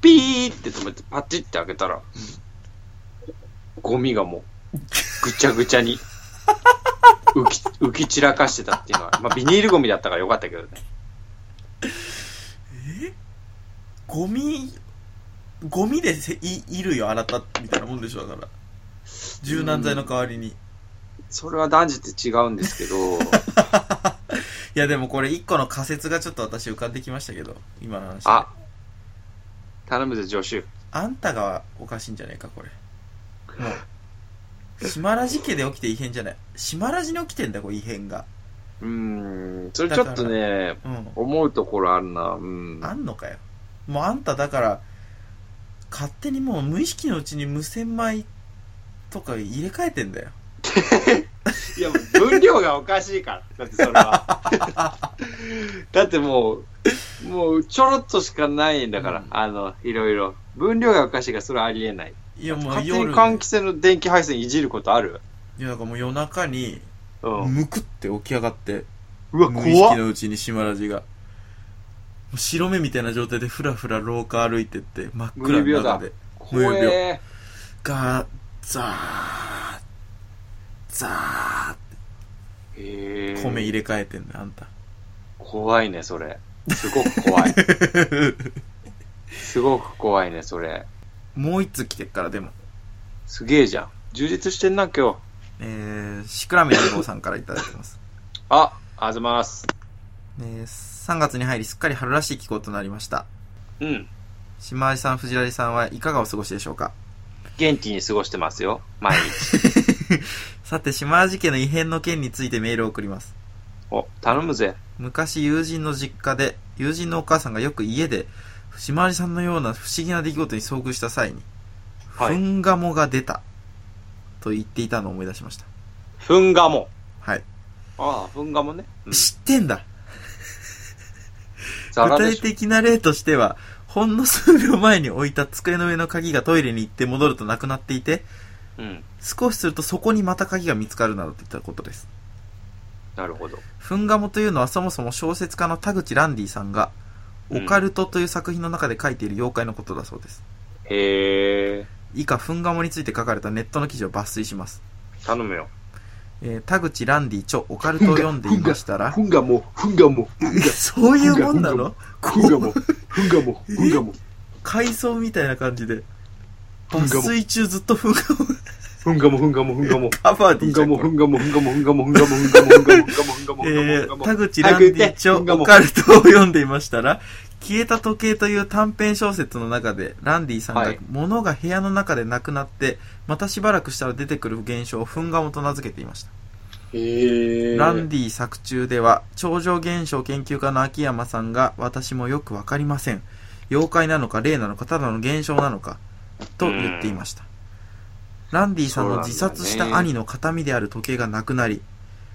S1: ピーって止めて、パチって開けたら、ゴミがもう、ぐちゃぐちゃに、浮き、浮き散らかしてたっていうのは、まあ、ビニールゴミだったからよかったけどね。
S2: ゴミ、ゴミでせい衣類を洗ったみたいなもんでしょ、だから。柔軟剤の代わりに。い
S1: それは断じて違うんですけど、
S2: や、でもこれ一個の仮説がちょっと私浮かんできましたけど、今の話。
S1: あ、頼むぜ、助手。
S2: あんたがおかしいんじゃないか、これ。もう。島ラジ家で起きて異変じゃない。島ラジに起きてんだよ、これ異変が。
S1: うーん、それちょっとね、
S2: うん。
S1: 思うところあるな。うん。
S2: あんのかよ。もうあんただから、勝手にもう無意識のうちに無洗米とか入れ替えてんだよ。
S1: いや、分量がおかしいから。 だってそれは。 だってもう、もうちょろっとしかないんだから、
S2: うん
S1: あの、いろいろ。分量がおかしいから、それはありえない。
S2: いや、もう
S1: 勝手に
S2: 夜。
S1: 換気扇の電気配線いじることある
S2: いや、だからもう夜中に、
S1: うん。
S2: むくって起き上がって、
S1: うわ、
S2: 無意識
S1: 怖っ。
S2: のうちに島ラジが。もう白目みたいな状態でふらふら廊下歩いてって、真っ暗の中で。無
S1: 怖
S2: 病
S1: え。
S2: ガー、ザー、ザ
S1: へ
S2: ー、
S1: ー
S2: 米入れ替えてんだよ、あんた。
S1: 怖いね、それ。すごく怖 い。すごく怖いね、それ。
S2: もう一通来てっから、でも。
S1: すげえじゃん。充実してんな、今日。
S2: えー、シクラメ2号さんからいただいてます。
S1: あ、あずます。
S2: えー、3月に入りすっかり春らしい気候となりました。
S1: うん。
S2: 島井さん、藤原さんはいかがお過ごしでしょうか
S1: 元気に過ごしてますよ、毎日。
S2: さて、島井事件の異変の件についてメールを送ります。
S1: お、頼むぜ。
S2: 昔友人の実家で、友人のお母さんがよく家で、島井さんのような不思議な出来事に遭遇した際に、
S1: はい
S2: ふんがもが出た、と言っていたのを思い出しました。
S1: ふんがも。
S2: はい。
S1: ああ、ふんがもね。うん、
S2: 知ってんだ
S1: ザラで
S2: 具体
S1: しょ。
S2: 的な例としては、ほんの数秒前に置いた机の上の鍵がトイレに行って戻るとなくなっていて、
S1: うん。
S2: 少しするとそこにまた鍵が見つかるなどといったことです。
S1: なるほど。
S2: フンガモというのはそもそも小説家の田口ランディさんが、
S1: う
S2: オ
S1: ん
S2: カルトという作品の中で書いている妖怪のことだそうです。
S1: へえ。
S2: 以下、フンガモについて書かれたネットの記事を抜粋します。
S4: 頼むよ。
S2: えー田口ランディ著オカルトを読んでいましたら
S4: ふ、んがも、ふんがも、
S2: そういうもんなの
S4: ふんが
S2: こ
S4: も
S2: う、、
S4: ふんがも、ふんが も、
S2: 回想みたいな感じで、
S4: ふんが
S2: 抜
S4: も、
S2: 粋中ずっとフンガモ
S4: ふんがも、ふんがも、ふんがも、
S2: カバ
S4: ふ
S2: ーディ
S4: ん
S2: ーじゃ
S4: が
S2: ん
S4: も、
S2: こ
S4: ふ
S2: れ
S4: んがも、ふんがも、ふんがも、ふんがも、ふんがも、ふんがも、ふんがも、ふんがも、ふんがも、ふんが
S2: え
S4: も、ふんが
S2: ー、田
S4: も、
S2: 口ランディ著
S4: 早く言って
S2: オカルトを読んでいましたら、消えた時計という短編小説の中で、ランディさんが、
S1: はい
S2: 物が部屋の中でなくなって、またしばらくしたら出てくる現象をフンガモと名付けていました。
S1: へー
S2: ランディ作中では、超常現象研究家の秋山さんが、私もよくわかりません。妖怪なのか、霊なのか、ただの現象なのか、と言っていました。ランディさんの自殺し
S1: そうなんだ
S2: た
S1: ね
S2: 兄の形見である時計がなくなり、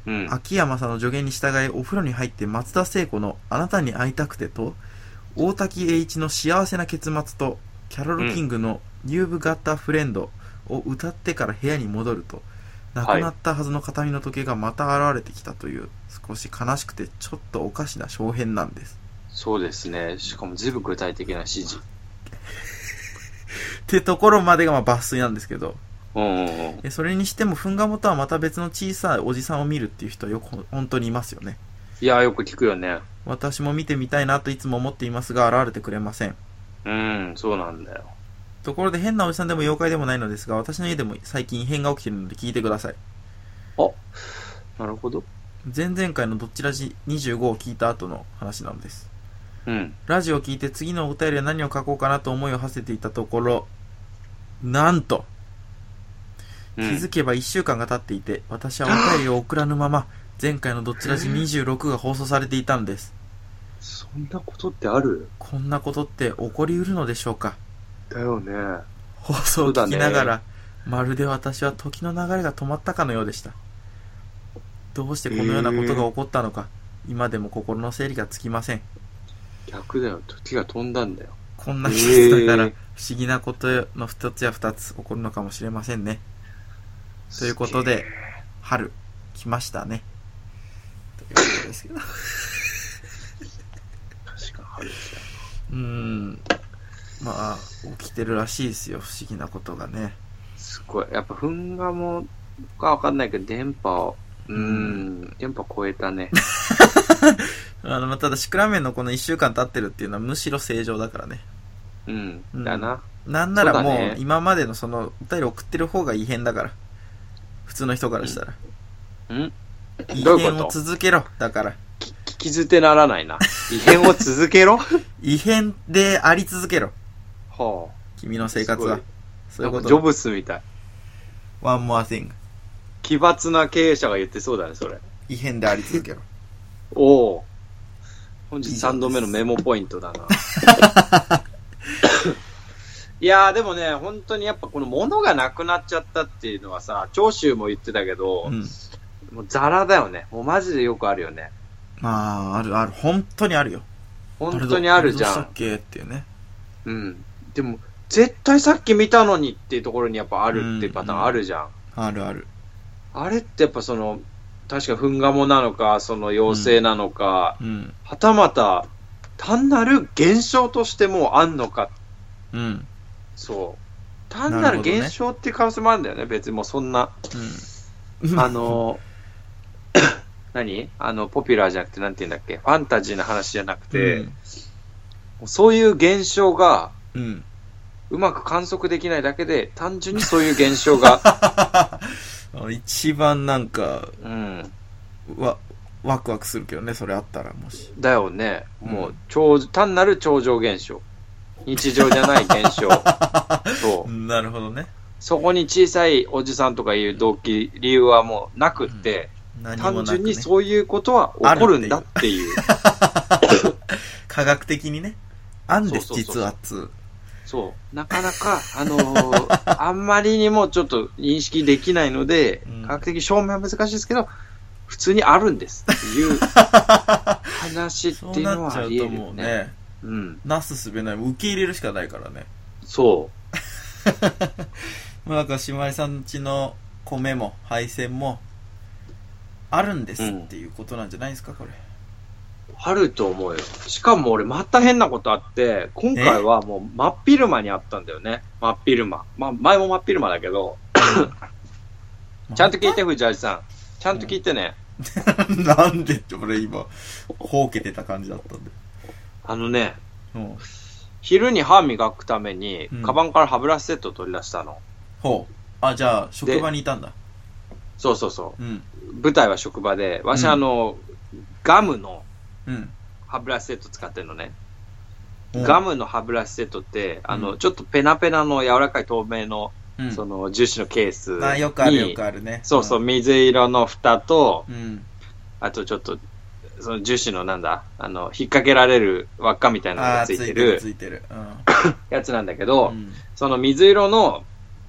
S4: うん。
S2: 秋山さんの助言に従いお風呂に入って松田聖子の「あなたに会いたくて」と大滝栄一の「幸せな結末」とキャロル・キングの「ニューブ・ガッタ・フレンド」を歌ってから部屋に戻ると亡くなったはずの形見の時計がまた現れてきたという少し悲しくてちょっとおかしな小編なんです
S1: そうですね。しかも随分具体的な指示。
S2: ってところまでがまあ抜粋なんですけど
S1: うんうんうん。
S2: えそれにしてもフンガモとはまた別の小さいおじさんを見るっていう人はよくほ本当にいますよね
S1: いやー、よく聞くよね。
S2: 私も見てみたいなといつも思っていますが現れてくれません
S4: うん、そうなんだよ。
S2: ところで変なおじさんでも妖怪でもないのですが、私の家でも最近異変が起きているので聞いてください。
S1: なるほど。
S2: 前々回のどっちらじ25を聞いた後の話なんです。
S4: うん。
S2: ラジオを聞いて次のお便りは何を書こうかなと思いを馳せていたところ、なんと、
S4: う
S2: 気
S4: ん
S2: づけば1週間が経っていて、私はお便りを送らぬまま、前回のどっちらじ26が放送されていたんです。
S4: そんなことってある
S2: こんなことって起こりうるのでしょうか
S4: だよね。
S2: 放送を聞きながら、まるで私は時の流れが止まったかのようでしたどうしてこのようなことが起こったのか、今でも心の整理がつきません
S1: 逆だよ。時が飛んだんだよ。
S2: こんな季節だから、
S4: へー
S2: 不思議なことの一つや二つ起こるのかもしれませんねということで春来ましたねということですけどう
S4: 確かに春ですね
S2: ーんまあ起きてるらしいですよ不思議なことがね
S1: すごい。やっぱ、フンガモかわかんないけど、電波を、うーん、電波超えた ね。
S2: あのまあただシクラメンのこの1週間経ってるっていうのはむしろ正常だからね
S1: うん
S2: う。ん
S1: だな。
S2: なんならも
S1: そうだね
S2: う今までのそのお便り送ってる方が異変だから普通の人からしたら
S1: うん
S2: 異
S1: どういう
S2: 変を
S1: こと
S2: 続けろだから
S1: 聞き捨てならないな。異変を続け ろ。
S2: 異変であり続けろ
S1: は
S2: 君の生活は
S1: あ。
S2: そう
S1: ないん
S2: う
S1: か
S2: こ
S1: ジョ
S2: と
S1: ブスみたい。
S2: ワンモア thing
S1: 奇抜な経営者が言ってそうだね、それ。
S2: 異変であり続けろ
S1: おお。本日3度目のメモポイントだな。 いやーでもね、本当にやっぱこの物がなくなっちゃったっていうのはさ、長州も言ってたけど
S2: う、ん
S1: もうザラだよね。もうマジでよくあるよね。
S2: まああるある本当にあるよ
S1: 本当にあるじゃ
S2: どうしたっ
S1: ん。
S2: けっていうね
S1: うん。でも、絶対さっき見たのにっていうところにやっぱあるっていうパターンあるじゃん。
S2: あるある
S1: あれってやっぱその、確かフンガモなのか、その妖精なのか、
S2: うん
S1: はたまた、単なる現象としてもうあんのか
S2: うんうん
S1: そう。単なる現象っていう可能性もあるんだよね。別にもうそんな、あの、 何あの、ポピュラーじゃなくて、なんて言うんだっけファンタジーな話じゃなくて、
S2: うん
S1: そういう現象が
S2: うん
S1: うまく観測できないだけで、単純にそういう現象 が、
S2: 一番なんか
S1: うん、
S2: わワクワクするけどねそれあったらもし
S1: だよね。
S2: うん
S1: もう、超、単なる超常現象。日常じゃない現 象。そう。
S2: なるほどね
S1: そこに小さいおじさんとかいう動機、理由はもうなくって、
S2: 何も
S1: 単
S2: なく、
S1: 純
S2: ね
S1: に、そういうことは起こるんだっていう。
S2: 科学的にねあんです
S1: そうそうそう
S2: 実はっつう
S1: そう。なかなか、あの ーあんまりにもちょっと認識できないので
S2: うん、
S1: 科学的証明は難しいですけど、普通にあるんですっていう話って
S2: そ
S1: いううの
S2: なっ
S1: は
S2: ち
S1: あ
S2: ゃう
S1: り
S2: と
S1: 得る
S2: も
S1: よ
S2: う
S1: ね。
S2: ね
S1: うん。
S2: なすすべないもう受け入れるしかないからね
S1: そう。
S2: まあだから島井さんちの米も配線もあるんですっていうことなんじゃないですかこれ
S1: あると思うよ。しかも俺、また変なことあって、今回はもう真っ昼間にあったんだよね。真っ昼間。まあ、前も真っ昼間だけど、 ちゃんと聞いて、藤原さん。ちゃんと聞いてね。
S2: なんでって俺今、ほうけてた感じだったんで。
S1: あのね、
S2: うん。
S1: 昼に歯磨くために
S2: うん、
S1: カバンから歯ブラシセットを取り出したの。
S2: ほう。あ、じゃあ、職場にいたんだ。
S1: そうそうそ
S2: うん。
S1: う。舞台は職場で、わし、
S2: うん
S1: あの、ガムの
S2: うん。
S1: 歯ブラシセット使ってるのね。
S2: うん
S1: ガムの歯ブラシセットって、あ
S2: う
S1: の、
S2: ん
S1: ちょっとペナペナの柔らかい透明の、
S2: うん。
S1: その、樹脂のケースに。
S2: あ、よくあるよくあるね。
S1: そうそう、水色の蓋と、
S2: うん。うん。
S1: あとちょっと、その樹脂のなんだ、あの、引っ掛けられる輪っかみたいなの
S2: あ
S1: が
S2: あ、
S1: つ
S2: つ
S1: い
S2: いて
S1: て
S2: る、
S1: る
S2: ついてる。うん。
S1: やつなんだけど、
S2: うん
S1: その水色の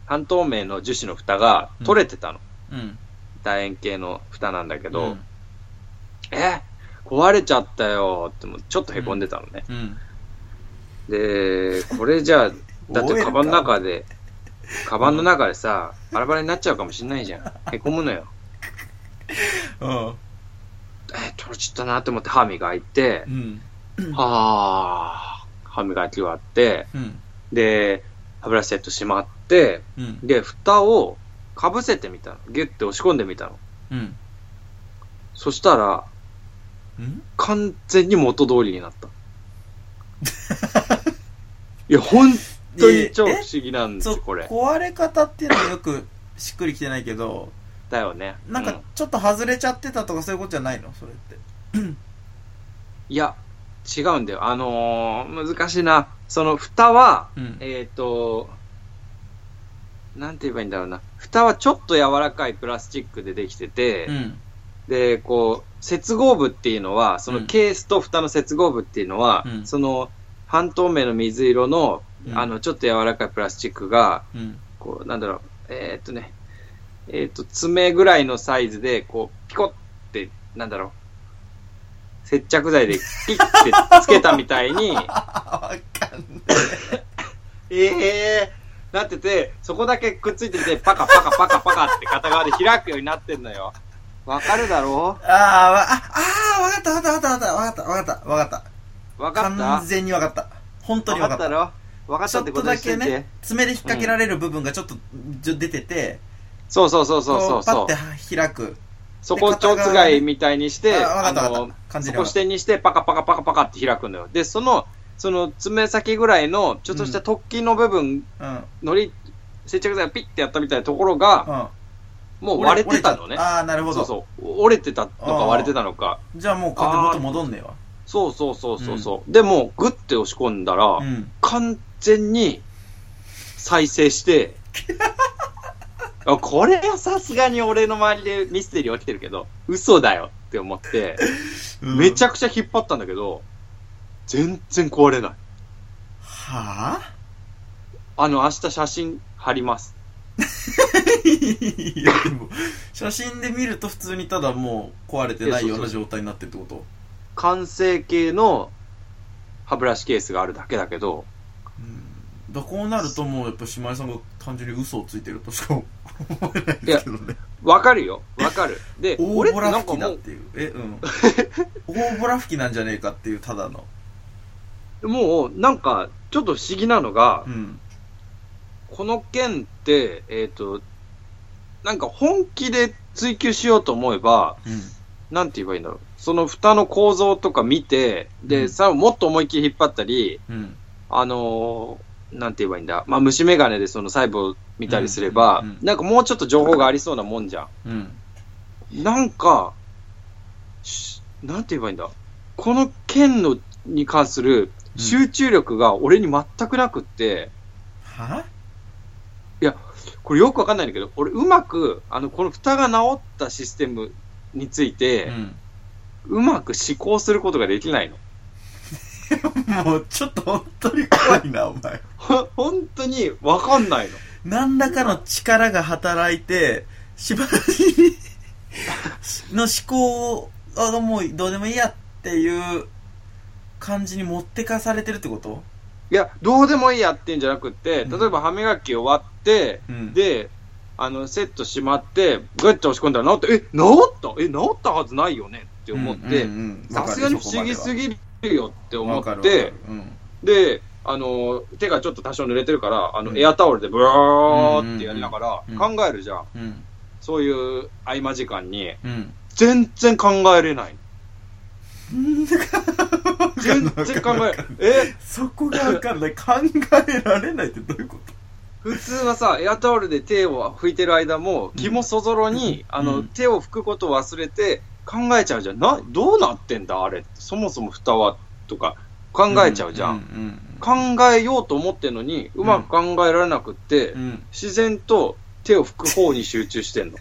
S1: 半透明の樹脂の蓋が取れてたの。
S2: うん。
S1: 楕円形の蓋なんだけど、
S2: うん
S1: え壊れちゃったよってもうちょっとへこんでたのね。
S2: うん。
S1: で、これじゃあ、だっ てカバンの中で、カバンの中でさ、バラバラになっちゃうかもしんないじゃん。へこむのよ。
S2: うん。
S1: え、取れちゃったなって思って歯磨いて、
S2: うん。
S1: はあ、歯磨き終わって、
S2: うん。
S1: で、歯ブラシセットしまって、
S2: うん。
S1: で、蓋をかぶせてみたの。ギュッて押し込んでみたの。
S2: うん。
S1: そしたら、
S2: うん。
S1: 完全に元通りになった。 いや、本当に超不思議なんです
S2: そう
S1: よ、これ。
S2: 壊れ方っていうのはよくしっくりきてないけど、
S1: だよね。
S2: なん
S1: う
S2: かちょっと外れちゃってたとかそういうことじゃないのそれって。
S1: いや、違うんだよ。あのー難しいな。その、蓋は、
S2: うん。
S1: えっ、と、なんて言えばいいんだろうな。蓋はちょっと柔らかいプラスチックでできてて、
S2: うん。
S1: で、こう、接合部っていうのは、そのケースと蓋の接合部っていうのは、
S2: うん
S1: その半透明の水色の、
S2: うん
S1: あの、ちょっと柔らかいプラスチックが、
S2: うん。
S1: こう、なんだろう、えーっとね、えーっと、爪ぐらいのサイズで、こう、ピコって、なんだろう、接着剤でピッてつけたみたい に、
S2: あ、わかんない。
S1: ええー、なってて、そこだけくっついてて、パカパカパカパカって片側で開くようになってんのよ。わかるだろ
S2: あーわあ、あー、わかったわかったわかったわかったわかったわかっ
S1: うわ
S2: た。
S1: かった
S2: 完全にわかった。本当にわかった。
S1: ろわかっ
S2: ち
S1: た
S2: ょ
S1: っ
S2: ってと
S1: こと
S2: だ
S1: にしと
S2: け
S1: いて、
S2: ね、爪で引っ掛けられる部分がちょっとじょ出てて、
S1: そうそうそうそうそう
S2: こ
S1: そう
S2: パッて開く。
S1: そこを蝶つがいみたいにして
S2: あわかったわか
S1: の
S2: った。完
S1: そ
S2: 全に
S1: こ
S2: わ
S1: 支
S2: かっ
S1: 点にしてパカパカパカパカって開くのよでそのその爪先ぐらいのちょっとした突起の部分、
S2: た。うん。
S1: のり接着剤をピッてやったみたいなところが
S2: うん。
S1: もう割れてたのね
S2: ああ、なるほ
S1: そう
S2: ど。
S1: そう折れてたの
S2: あー
S1: か割れてたのか
S2: じゃあもう完全に元戻んねえわ。
S1: そうそうそうそうそう、でもうグッて押し込んだら、
S2: うん。
S1: 完全に再生 して、あこれはさすがに俺の周りでミステリー起きてるけど、嘘だよって思って、めち
S2: ゃ。
S1: ゃくちゃ引っ張ったんだけど、全然壊れない。
S2: はあ
S1: あの、明日写真貼ります。
S2: いや、でも、写真で見ると普通にただもう壊れてないような状態になってるってこと
S1: 完成形の歯ブラシケースがあるだけだけど、
S2: うん。だこうなるともうやっぱ姉妹さんが単純に嘘をついてるとしか思えないですけどね。
S1: わかるよ。わか る。で、
S2: 大
S1: 俺って
S2: ボ
S1: な
S2: ラ
S1: ん
S2: 吹
S1: か
S2: きだ
S1: も
S2: っ
S1: う、
S2: ていう。え、うん。大ボラ吹きなんじゃねえかっていう、ただの。
S1: もうなんか、ちょっと不思議なのが、
S2: うん。
S1: この件って、えっ、と、なんか本気で追求しようと思えば、
S2: うん。
S1: なんて言えばいいんだろう。その蓋の構造とか見て、
S2: う
S1: で、
S2: ん
S1: さ、もっと思いっきり引っ張ったり、
S2: うん。
S1: あのーなんて言えばいいんだ。まあ、虫眼鏡でその細部を見たりすれば、
S2: うんうんうん
S1: なんかもうちょっと情報がありそうなもんじゃ
S2: うん。
S1: ん。なんか、しなんて言えばいいんだ。この件のに関する集中力が俺に全くなくって、
S2: は
S1: これよくわかんないんだけど、俺うまく、あの、この蓋が直ったシステムについうて、
S2: ん。
S1: うまく試行することができないの。
S2: もうちょっと本当に怖いな、お前。
S1: ほ、本当にわかんないの。
S2: 何らかの力が働いて、しばらくにの思考を、あ、もうどうでもいいやっていう感じに持ってかされてるってこと
S1: いや、どうでもいいやってんじゃなくって、
S2: うん
S1: 例えば歯磨き終わって、
S2: うん
S1: で、あの、セットしまって、グッと押し込んだら治って、え、治ったえ、治ったはずないよねって思って
S2: うんうんうんわ
S1: さ
S2: かる
S1: すがに不思議
S2: そこま
S1: す
S2: では
S1: ぎるよって思
S2: わか
S1: っ
S2: る
S1: て
S2: わ
S1: であの手がちょっと多少濡れてるからあの、
S2: うん
S1: エアタオルでブワーってやりながら
S2: うん
S1: 考えるじゃん、
S2: かるうん
S1: そういう合間時間に
S2: うん
S1: 全然考えれない全然考ええ
S2: そこがわかんない考えられないってどういうこと
S1: 普通はさエアタオルで手を拭いてる間も気もそぞろに、あ
S2: う
S1: の
S2: ん
S1: 手を拭くことを忘れて考えちゃうじゃんなどうなってんだあれそもそも蓋はとか考えちゃうじゃん、
S2: ん
S1: 考えようと思ってんのにうまく考えられなくって、
S2: うんうん
S1: 自然と手を拭く方に集中してんの。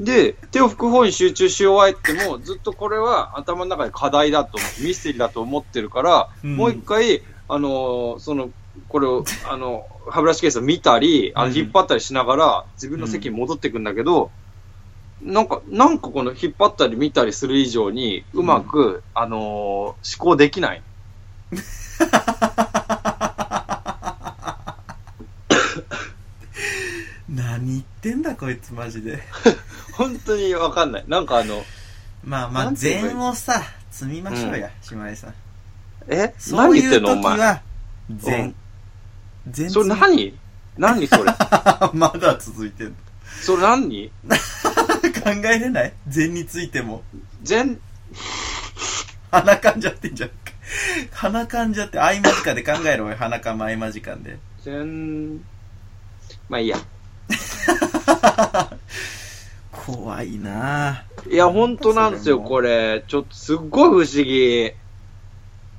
S1: で、手を拭く方に集中し終えても、ずっとこれは頭の中で課題だと思う、ミステリーだと思ってるから、
S2: うん
S1: もう一回、あのーその、これを、あの、歯ブラシケースを見たり、あの
S2: うん
S1: 引っ張ったりしながら、自分の席に戻っていくんだけど、なんか、なんかこの引っ張ったり見たりする以上に、うまく、あのー思考できない。
S2: 何言ってんだこいつマジで
S1: 本当にわかんない。なんかあの、
S2: まあま
S1: な
S2: あ
S1: んて言えばいい
S2: 禅をさ積みましょうや島井さん
S1: え
S2: そ
S1: 何
S2: う
S1: 言っ
S2: い
S1: て
S2: うん
S1: のお
S2: 時
S1: 前。
S2: は
S1: う
S2: 禅
S1: ん
S2: 禅
S1: それ
S2: 積み
S1: 何何そ れ
S2: まだ続いてんの
S1: それ何
S2: 考えれない禅についても
S1: 全、
S2: 鼻かんじゃってんじゃんか鼻かんじゃって合間時間で考えろよ鼻かむ合間時間で
S1: 全、まあいいや。
S2: 怖いない
S1: や、本当なんですよ、これ。ちょっとすっごい不思議。
S2: ぁ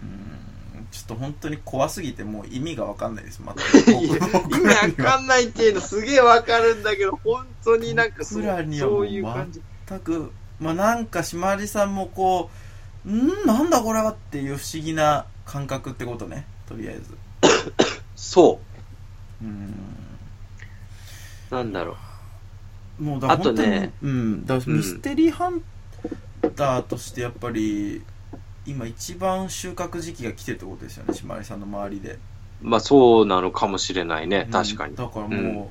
S2: うんちょっと本当に怖すぎてもう意味がわかんないですまた
S1: いや 意味わかんないっていうのすげえわかるんだけど、本当になんかそう
S2: 僕らにはもう
S1: そういう感じ。
S2: 全くまあなんかしまりさんもこうんなんだこれはっていう不思議な感覚ってことねとりあえず
S1: そ
S2: うん
S1: う。なんだろう。
S2: もうだから
S1: あと
S2: 本当に
S1: ね
S2: うんだから
S1: うん
S2: ミステリーハンターとしてやっぱり今一番収穫時期が来てるってことですよねしまりさんの周りで
S1: まあそうなのかもしれないね、確か
S2: う
S1: に
S2: ん。だからもう、
S1: うん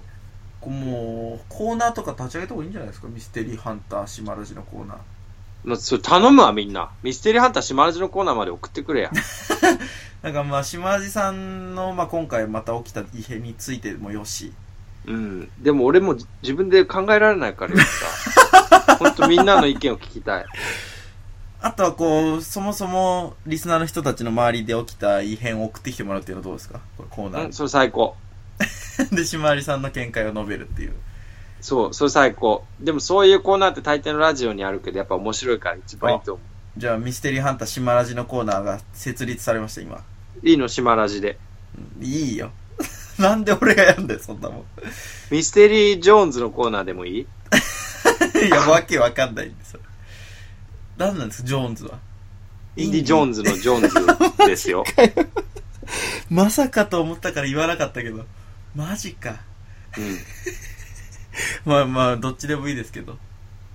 S2: こうもうコーナーとか立ち上げた方がいいんじゃないですかミステリーハンター島ラジのコーナー
S1: まあそれ頼むわ、みんな。ミステリーハンター島味のコーナーまで送ってくれや。
S2: なんかまあ島ラジさんの、まあ、今回また起きた異変についてもよし
S1: うん。でも俺もじ自分で考えられないから言 った。本当みんなの意見を聞きたい。
S2: あとはこうそもそもリスナーの人たちの周りで起きた異変を送ってきてもらうっていうのはどうですかこれコーナ
S1: うん、
S2: ー
S1: それ最高。
S2: に で島ラジさんの見解を述べるっていう
S1: そう、それ最高。でもそういうコーナーって大抵のラジオにあるけど、やっぱ面白いから一番いいと思
S2: じゃあミステリーハンター島ラジのコーナーが設立されました今
S1: う。いいの、島ラジで。
S2: いいよ なんで俺がやるんだよそんなもん
S1: ミステリー・ジョーンズのコーナーでもいい
S2: いやわけわかんないんですよ何なんですかジョーンズは
S1: インディ・ジョーンズのジョーンズです よ。
S2: まさかと思ったから言わなかったけど。マジか。
S1: うん、
S2: まあまあ、どっちでもいいですけど。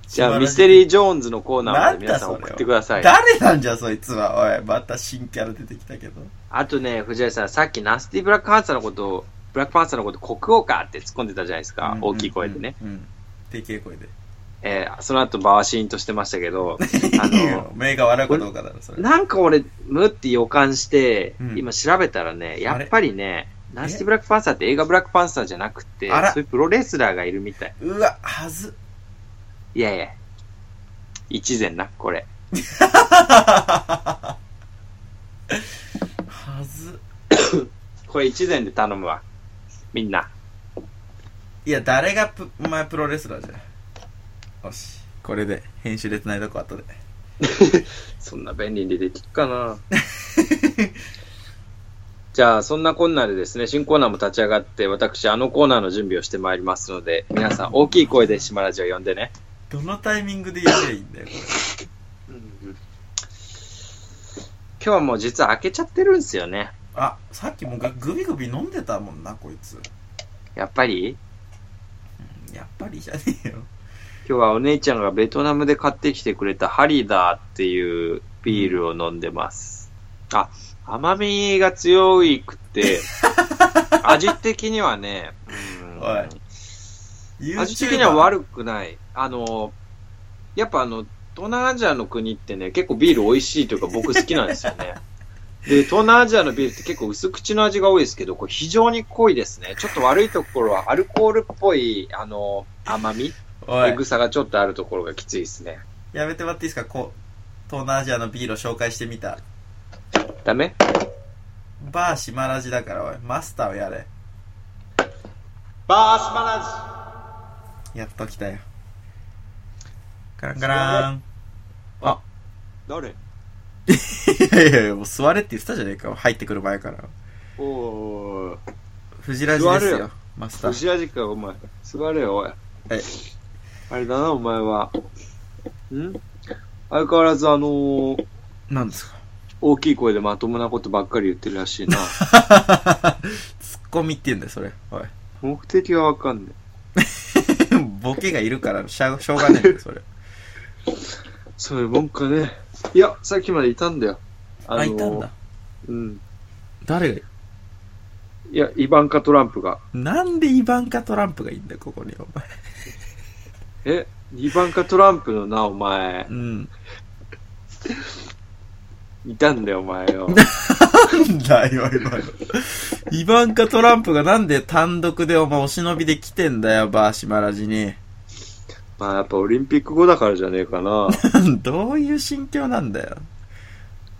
S1: じゃあ、ミステリー・ジョーンズのコーナーまで皆さん
S2: なんだそれは
S1: 送ってください。
S2: 誰なんじゃ、そいつは。おい、また新キャラ出てきたけど。
S1: あとね、藤井さん、さっきナスティ・ブラック・ハンサーのことを、ブラック・パンサーのこと国王かって突っ込んでたじゃないですか。
S2: うん
S1: 大きい声でね。。
S2: うんうん。でけえ声で。
S1: えーその後、バーシーンとしてましたけ ど、あ
S2: いい
S1: の
S2: よ、目が笑うかどうかだろ、それ。
S1: なんか俺、むって予感して、
S2: うん
S1: 今調べたらね、やっぱりね、ナンシティ・ブラックパンサーって映画ブラックパンサーじゃなくて、
S2: あら
S1: そういうプロレスラーがいるみたい。
S2: うわ、はず。
S1: いやいや、一前な、これ。
S2: はず。
S1: これ一前で頼むわ。みんな。
S2: いや、誰がプ、お前プロレスラーじゃん。よし。これで、編集で繋いどこ、後で。
S1: そんな便利にできるかな じゃあ、そんなこんなでですね、新コーナーも立ち上がって、私、あのコーナーの準備をしてまいりますので、皆さん、大きい声で島ラジオ呼んでね。
S2: どのタイミングで言えばいいんだよ、こ
S1: 今日はもう実は開けちゃってるんですよね。
S2: れあ、さっきもうがグビグビ飲んでたもんな、こいつ。
S1: やっぱり
S2: やっぱりじゃねえよ。
S1: 今日はお姉ちゃんがベトナムで買ってきてくれたハリダーっていうビールを飲んでます。あ、甘みが強いくて、味的にはね、うん
S2: おい
S1: 味的には
S2: YouTuber。
S1: 悪くない。あの、やっぱあの、東南アジアの国ってね、結構ビール美味しいというか僕好きなんですよね。で、東南アジアのビールって結構薄口の味が多いですけど、これ非常に濃いですね。ちょっと悪いところはアルコールっぽい、あの、甘み
S2: お
S1: エ
S2: い
S1: グ、さがちょっとあるところがきついですね。
S2: やめてもらっていいですかこう、東南アジアのビールを紹介してみた。
S1: ダメ
S2: バー島ラジだから、おい、マスターをやれ。
S1: バースマラ
S2: やっと来たよ。カランカラン。
S1: ジ誰
S2: いやいやいや、もう座れって言ってたじゃねえか。入ってくる前から。
S1: おー、
S2: 藤ラジです
S1: 座
S2: よ
S1: れよ
S2: マスター。
S1: 藤味か、お前。座れよ、おい。
S2: え
S1: あれだな、お前は。ん相変わらず、あのー
S2: なんですか
S1: 大きい声でまともなことばっかり言ってるらし いな。
S2: ツッコミって言うんだよ、それ。おい。
S1: 目的がわかんない。
S2: ボケがいるから、しゃ、しょうがないんだよ、それ。
S1: そういうもんかね。いや、さっきまでいたんだよ。あ
S2: あ、いたんだ。。
S1: うん。
S2: 誰が、
S1: いや、イバンカ・トランプが。
S2: なんでイバンカ・トランプがいいんだよ、ここに、お前。
S1: え、イバンカ・トランプのな、お前
S2: う。ん。
S1: いたんだよ、お前 よ。
S2: なんだよ、今の。イバンカ・トランプがなんで単独でお前お忍びで来てんだよ、バーシマラジに。
S1: まあ、やっぱオリンピック後だからじゃねえかな。
S2: どういう心境なんだよ。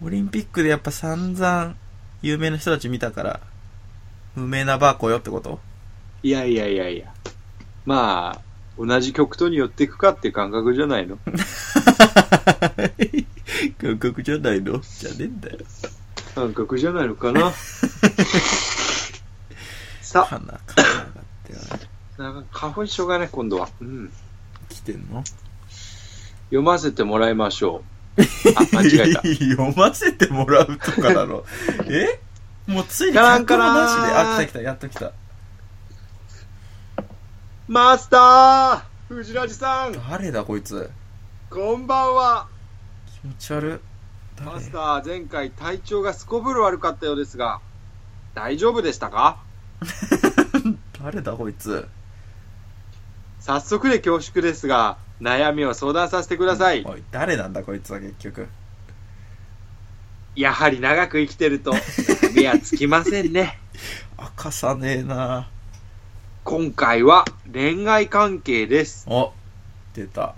S2: オリンピックでやっぱ散々有名な人たち見たから、無名なバー来よってこと
S1: いやいやいやいや。まあ、同じ曲とに寄っていくかっていう感覚じゃ ないの。
S2: 感覚じゃないのじゃねえんだよ。
S1: 感覚じゃないのか な。さあ、
S2: 花がって
S1: なんか花粉症がね、今度は。うん。
S2: 来てんの
S1: 読ませてもらいましょ う。あ、間違えた。
S2: 読ませてもらうとか だろ。えもうついに
S1: カランカ
S2: 覚
S1: ラン
S2: 悟なしで。あ、来た来た、やっと来た。
S1: マスター藤ラジさん
S2: 誰だこいつ。
S1: こんばんは
S2: 気持ち悪い。
S1: マス
S2: 誰
S1: ター、前回体調がすこぶる悪かったようですが、大丈夫でしたか
S2: 誰だこいつ。
S1: 早速で恐縮ですが、悩みを相談させてください。
S2: おい、誰なんだこいつは結局。
S1: やはり長く生きてると、目はつきませんね。
S2: 明かさねえな
S1: 今回は恋愛関係です。
S2: お出た。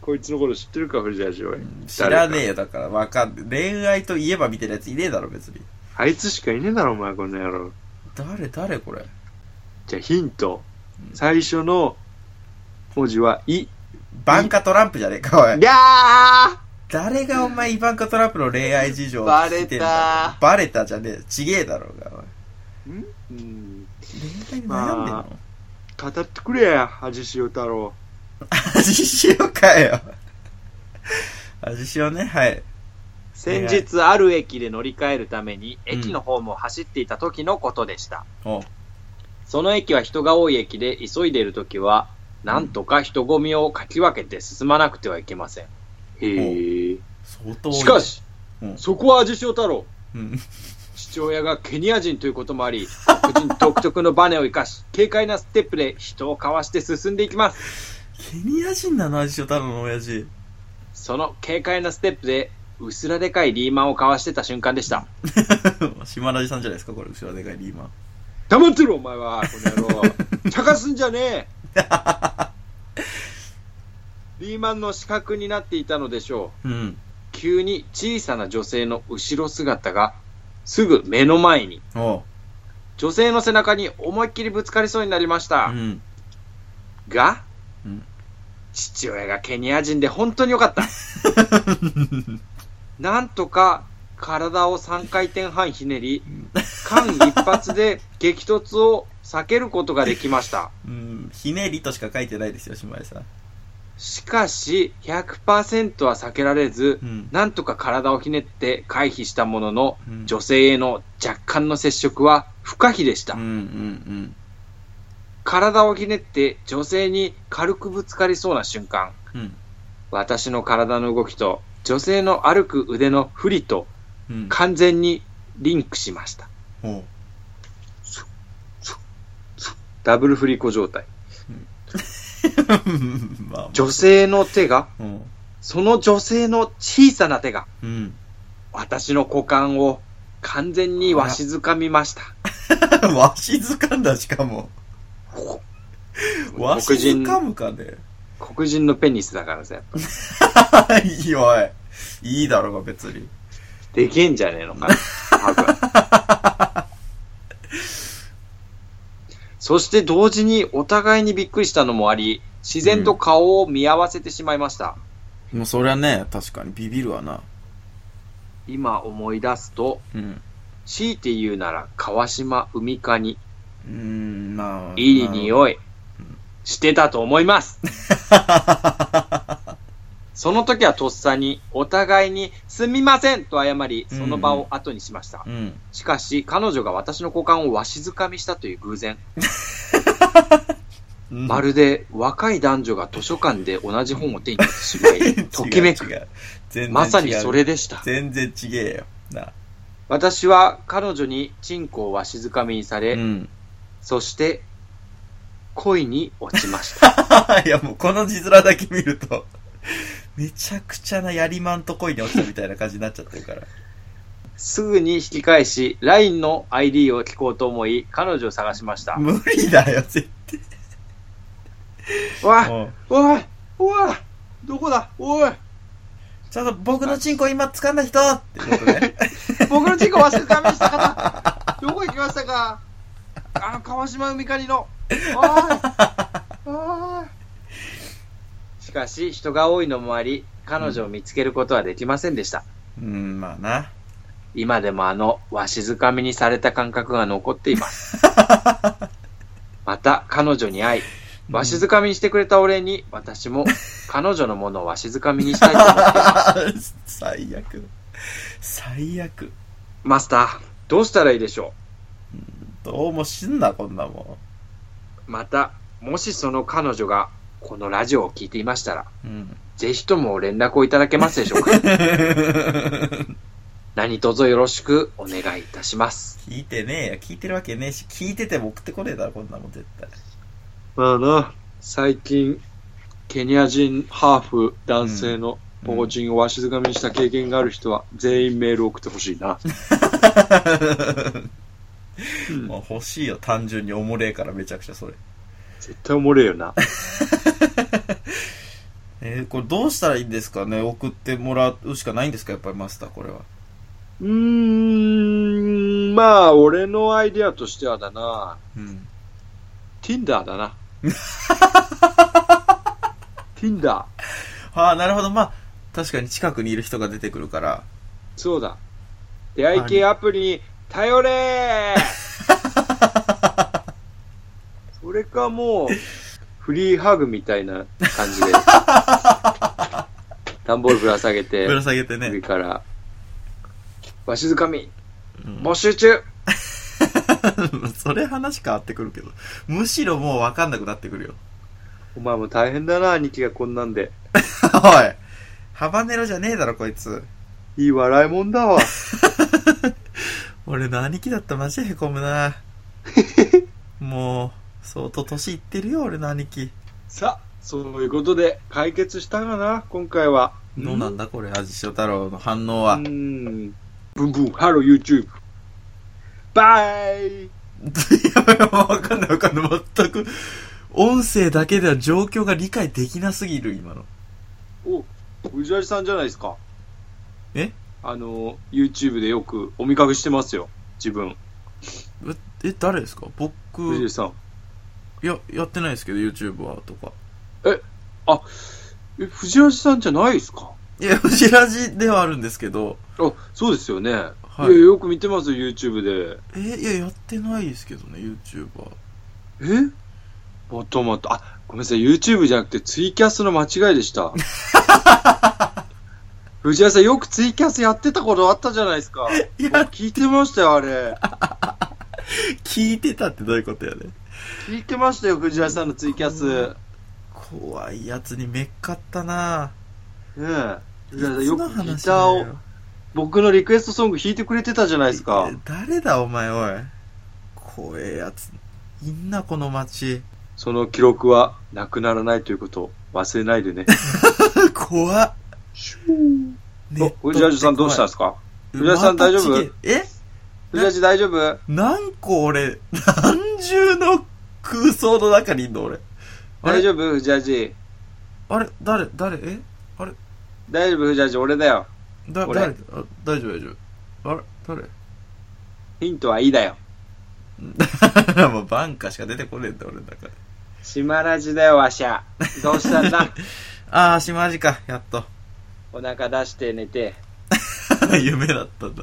S1: こいつのこと知ってるか、藤ラジ俺。
S2: 知らねえよ、だからわかんない。恋愛といえば見てるやついねえだろ、別に。
S1: あいつしかいねえだろ、お前、この野郎。
S2: 誰、誰これ。
S1: じゃあ、ヒント。最初の文字は、い。
S2: バンカトランプじゃねえか、おい。
S1: やー
S2: 誰がお前、イバンカトランプの恋愛事情を
S1: バレた
S2: 聞いてんだよバレたじゃねえよ。ちげえだろうが、おい。
S1: うん
S2: 恋愛で悩んでんの、
S1: ま語ってくれや、恥しお太郎。
S2: 味塩かよ。味塩ね、はい。
S1: 先日ある駅で乗り換えるために駅のホームを走っていた時のことでした、
S2: お
S1: その駅は人が多い駅で急いでいる時はなんとか人混みをかき分けて進まなくてはいけませんへえ
S2: 相当多い
S1: しか。し、
S2: うん
S1: そこは味塩太郎
S2: うん。
S1: 父親がケニア人ということもあり黒人独特のバネを生かし軽快なステップで人をかわして進んでいきます
S2: ケニア人なの、味塩太郎の親父。
S1: その軽快なステップで薄らでかいリーマンをかわしてた瞬間でした
S2: 島ラジさんじゃないですか、これ、後ろでかいリーマン。
S1: 黙ってろお前はこの野郎茶化すんじゃねえリーマンの死角になっていたのでしょう
S2: うん。
S1: 急に小さな女性の後ろ姿がすぐ目の前に
S2: おう。
S1: 女性の背中に思いっきりぶつかりそうになりまし
S2: う
S1: た、
S2: ん。
S1: が、
S2: うん
S1: 父親がケニア人で本当によかった なんとか体を3回転半ひねり間一髪で激突を避けることができました
S2: うん、ひねりとしか書いてないですよ、島井さん。
S1: しかし、100%は避けられず、
S2: うん。
S1: なんとか体をひねって回避したものの、
S2: うん
S1: 女性への若干の接触は不可避でした。
S2: うんうん
S1: 体をひねって女性に軽くぶつかりそうな瞬間、
S2: うん。うん。
S1: 私の体の動きと女性の歩く腕の振りと
S2: うん。
S1: 完全にリンクしました。
S2: おう
S1: ダブル振り子状態。
S2: まあ、
S1: 女性の手が、
S2: うん。
S1: その女性の小さな手が、
S2: うん。
S1: 私の股間を完全にわしづかみました。
S2: わしづかんだ、しかも。わし
S1: 黒人
S2: づ、かむかね。
S1: 黒人のペニスだからさ、やっぱ
S2: はい、おい。いいだろうが、別に。
S1: でけえんじゃねえのかな、多分。そして同時にお互いにびっくりしたのもあり、自然と顔を見合わせてしまいました。
S2: もうそりゃね、確かにビビるわな。
S1: 今思い出すと、
S2: うん。
S1: 強いて言うなら川島海かに
S2: うーん、まあ。
S1: いい
S2: い。
S1: 匂いしてたと思います。その時はとっさにお互いにすみませんと謝り、その場を後にしました。
S2: うん。
S1: しかし、彼女が私の股間をわしづかみしたという偶 然、まるで若い男女が図書館で同じ本を手に取ってしま
S2: 違
S1: い、
S2: う
S1: ときめ
S2: 違
S1: く。
S2: う全然違う
S1: まさにそれでした。
S2: 全然ちげえよ。な。
S1: 私は彼女にチンコをわしづかみにされ、
S2: うん。
S1: そして、恋に落ちま した。
S2: いや、もうこの字面だけ見ると、めちゃくちゃなやりまんと恋に落ちたみたいな感じになっちゃってるから。
S1: すぐに引き返し、LINE の ID を聞こうと思い、彼女を探しました。
S2: 無理だよ、絶対。
S1: わ、
S2: うん
S1: おい、おい、どこだ、おい、
S2: ちょっと僕のチンコ今掴んだ人ってことね。
S1: 僕のチンコ忘れてダメした方、どこ行きましたかあの、川島海かりの。おいおいしかし、人が多いのもあり、彼女を見つけることはできませんでした。
S2: うん、まあな。
S1: 今でもあの、わしづかみにされた感覚が残っています。また、彼女に会い、わしづかみにしてくれたお礼に、私も、彼女のものをわしづかみにしたいと思 っています。
S2: 最悪。最悪。
S1: マスター、どうしたらいいでしょ
S2: どうも死んな、こんなも
S1: うまた、もしその彼女が、このラジオを聞いていましたら、
S2: ん。うん。
S1: ぜひとも連絡をいただけますでしょうか何卒よろしくお願いいたします。
S2: 聞いてねえや、聞いてるわけねえし、聞いてても送ってこねえだろ、こんなもん絶対。
S1: まあな、最近、ケニア人ハーフ男
S2: 性
S1: の
S2: ポコ
S1: チンをわしづかみにした経験がある人は、全員メール送ってほしいな。
S2: もう欲しいよ、単純におもれえからめちゃくちゃそれ。
S1: 絶対おもれえよな。
S2: えー、これどうしたらいいんですかね送ってもらうしかないんですかやっぱりマスター、これは。
S1: うーん、まあ、俺のアイディアとしてはだな、
S2: うん。
S1: Tinder だな。Tinder。
S2: ああ、なるほど。まあ、確かに近くにいる人が出てくるから。
S1: そうだ。出会い系アプリに頼 れーそれかもう、フリーハグみたいな感 じで、段ボールぶら下げて、
S2: ぶら下げてね
S1: 首。から、わしづかみ、
S2: うん
S1: 募集中
S2: それ話変わってくるけど。むしろもうわかんなくなってくるよ。
S1: お前も大変だな、兄貴がこんなんで。
S2: おい。ハバネロじゃねえだろ、こいつ。
S1: いい笑いもんだ わ。
S2: 俺の兄貴だったらマジへこむな。 もう、相当年いってるよ、俺の兄貴。
S1: さあ、そういうことで解決したかな、今回は。
S2: どうなんだ、これ、味塩太郎の反応
S1: う
S2: は。
S1: ん。ブンブン、ハロー YouTube。バイ
S2: やばいやばいわかんないわかんない。全く、音声だけでは状況が理解できなすぎる、今の。
S1: お、藤原さんじゃないですか。
S2: え
S1: あの、YouTube でよくお見かけしてますよ。自分。
S2: え、誰ですか僕、
S1: 藤原さん。
S2: いや、やってないですけど、YouTuber とか。
S1: え、藤原さんじゃないですか
S2: いや、藤ラジではあるんですけど、
S1: あ、そうですよね。
S2: は
S1: い、や、
S2: い
S1: よく見てますよ、YouTube で。
S2: え、いや、やってないですけどね、YouTuber。
S1: えまたまた。あ、ごめんなさい、YouTube じゃなくてツイキャスの間違いで した。藤原さん、よくツイキャスやってたことあったじゃないですか。
S2: や
S1: 僕聞いてましたよ、あれ。
S2: 聞いてたってどういうことやね
S1: 聞いてましたよ、藤原さんのツイキャス。
S2: 怖いやつにめっかったな
S1: ねえ。
S2: い
S1: 藤原さん、よ
S2: つ
S1: くギ
S2: の話
S1: タ
S2: だ
S1: ー
S2: よ
S1: を、僕のリクエストソング弾いてくれてたじゃないですか。
S2: 誰だお前おい怖えやついんなこの街
S4: その記録はなくならないということを忘れないでね。
S2: 怖っ。
S4: お藤ラジさんどうしたんですか藤原さん大丈夫
S2: またちげえ
S4: 藤ラジ大丈夫
S2: 何個俺、何重の空想の中にいんの俺。あ
S1: 大
S2: れ
S1: 丈夫藤ラジ。
S2: あれ誰誰えあれ
S1: 大丈夫藤ラジ、俺だよ。
S2: だ
S1: 俺
S2: 誰あ大丈夫大丈夫。あれ誰
S1: ヒントはいいだよ。
S2: もうバンカしか出てこねえんだ俺の中で。
S1: 島ラジだよ、わしゃ。どうしたんだ
S2: あー、しまじか、やっと。
S1: お腹出して寝て。
S2: 夢だったんだ。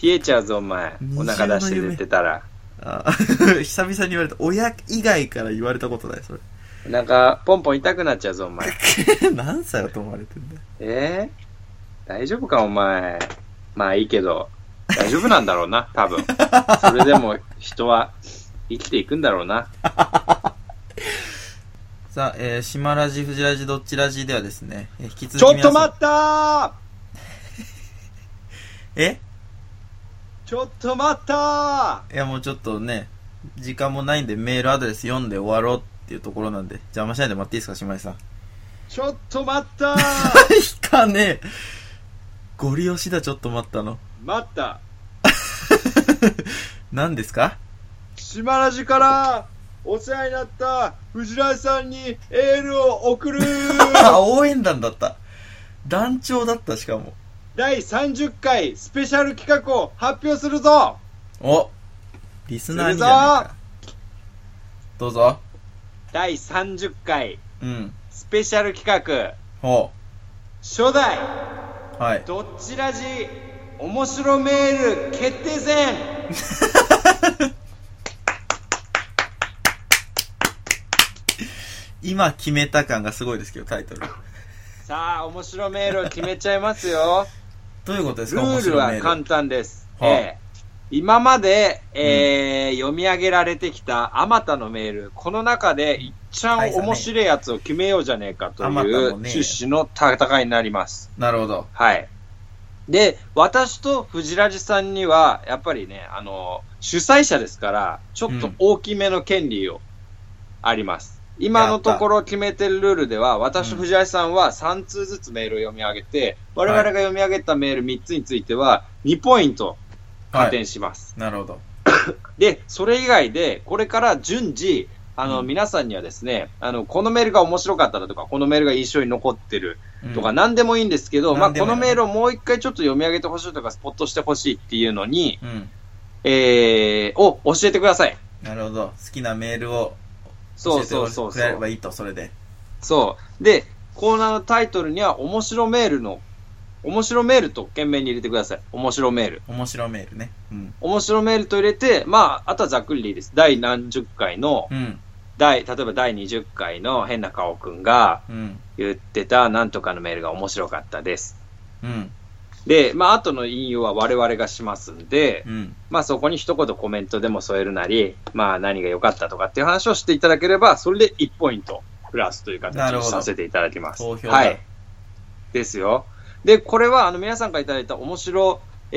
S1: 冷えちゃうぞ、お前。お腹出して寝てたら。
S2: あ ー久々に言われた。親以外から言われたことない、それ。
S1: お腹、ポンポン痛くなっちゃうぞ、お前。
S2: 何歳だと思われてんだよ。
S1: えー、大丈夫か、お前。まあいいけど、大丈夫なんだろう な、多分。それでも人は生きていくんだろうな。
S2: さあ、えー、島ラジ、藤ラジ、どっちラジではですね、えー引き続き
S1: ちょっと
S2: 皆さん
S1: 待ったー
S2: え
S1: ちょっと待った
S2: いやもうちょっとね、時間もないんでメールアドレス読んで終わろうっていうところなんで、邪魔しないでもらっていいですか、島井さん。
S1: ーちょっと待ったー
S2: 引かねえ。ゴリ押しだ、ちょっと待ったの。
S1: 待った
S2: 何ですか
S1: 島ラジからお世話になった藤原さんにエールを 送る
S2: あ、応援団だった。団長だった、しかも。
S1: 第30回スペシャル企画を発表するぞ
S2: おリスナーにじゃないか。どうぞ。
S1: 第30回
S2: うん。
S1: スペシャル企画
S2: ほ
S1: 初代
S2: う。はい。
S1: どっちラジ面白メール決定戦
S2: 今決めた感がすごいですけど、タイトル。
S1: さあ面白メールを決めちゃいますよ
S2: どういうことです
S1: ル
S2: か面
S1: ール
S2: 白い
S1: は
S2: メー
S1: 簡
S2: ル。
S1: 単です、
S2: はい
S1: ええ今まで、えー読み上げられてきたあまたのメールこの中でいっちゃん面白いやつを決めようじゃねえかとい
S2: あまた
S1: う
S2: のね
S1: 趣旨の戦いになります
S2: なるほど。
S1: はい。で、私と藤ラジさんには、やっぱりね、あの、主催者ですから、ちょっと大きめの権利を、あります。今のところ決めてるルールでは、私と藤ラジさんは3通ずつメールを読み上げて、我々が読み上げたメール3つについては、2ポイント加
S2: はい。
S1: 点します。
S2: なるほど。
S1: で、それ以外で、これから順次、あの、
S2: うん
S1: 皆さんにはですね、あの、このメールが面白かっただとか、このメールが印象に残ってる、
S2: うん
S1: とか何でもいいんですけど、まあ、
S2: 何でも
S1: こ
S2: いい
S1: のメールをもう一回ちょっと読み上げてほしいとか、スポットしてほしいっていうのに、
S2: うん。
S1: えー、を教えてください。
S2: なるほど。好きなメールを
S1: そう
S2: 教えて
S1: そうそう
S2: く
S1: そ
S2: れれば
S1: う。
S2: いいと、それで。
S1: そう。で、コーナーのタイトルには、面白メールの、面白メールと懸命に入れてください。面白メール。
S2: 面白メールね。うん。
S1: 面白メールと入れて、まあ、あとはざっくりでいいです。第何十回の、
S2: うん。
S1: 第、例えば第20回の変な顔くんが
S2: うん。
S1: 言ってたなんとかのメールが面白かったです。
S2: うん。
S1: で、まあ、後の引用は我々がしますんで、
S2: うん。
S1: まあそこに一言コメントでも添えるなり、まあ何が良かったとかっていう話をしていただければ、それで1ポイントプラスという
S2: な
S1: 形
S2: る
S1: に
S2: ほど
S1: させていただきます。
S2: 投票だ
S1: はい。ですよ。で、これはあの皆さんからいただいた面白、え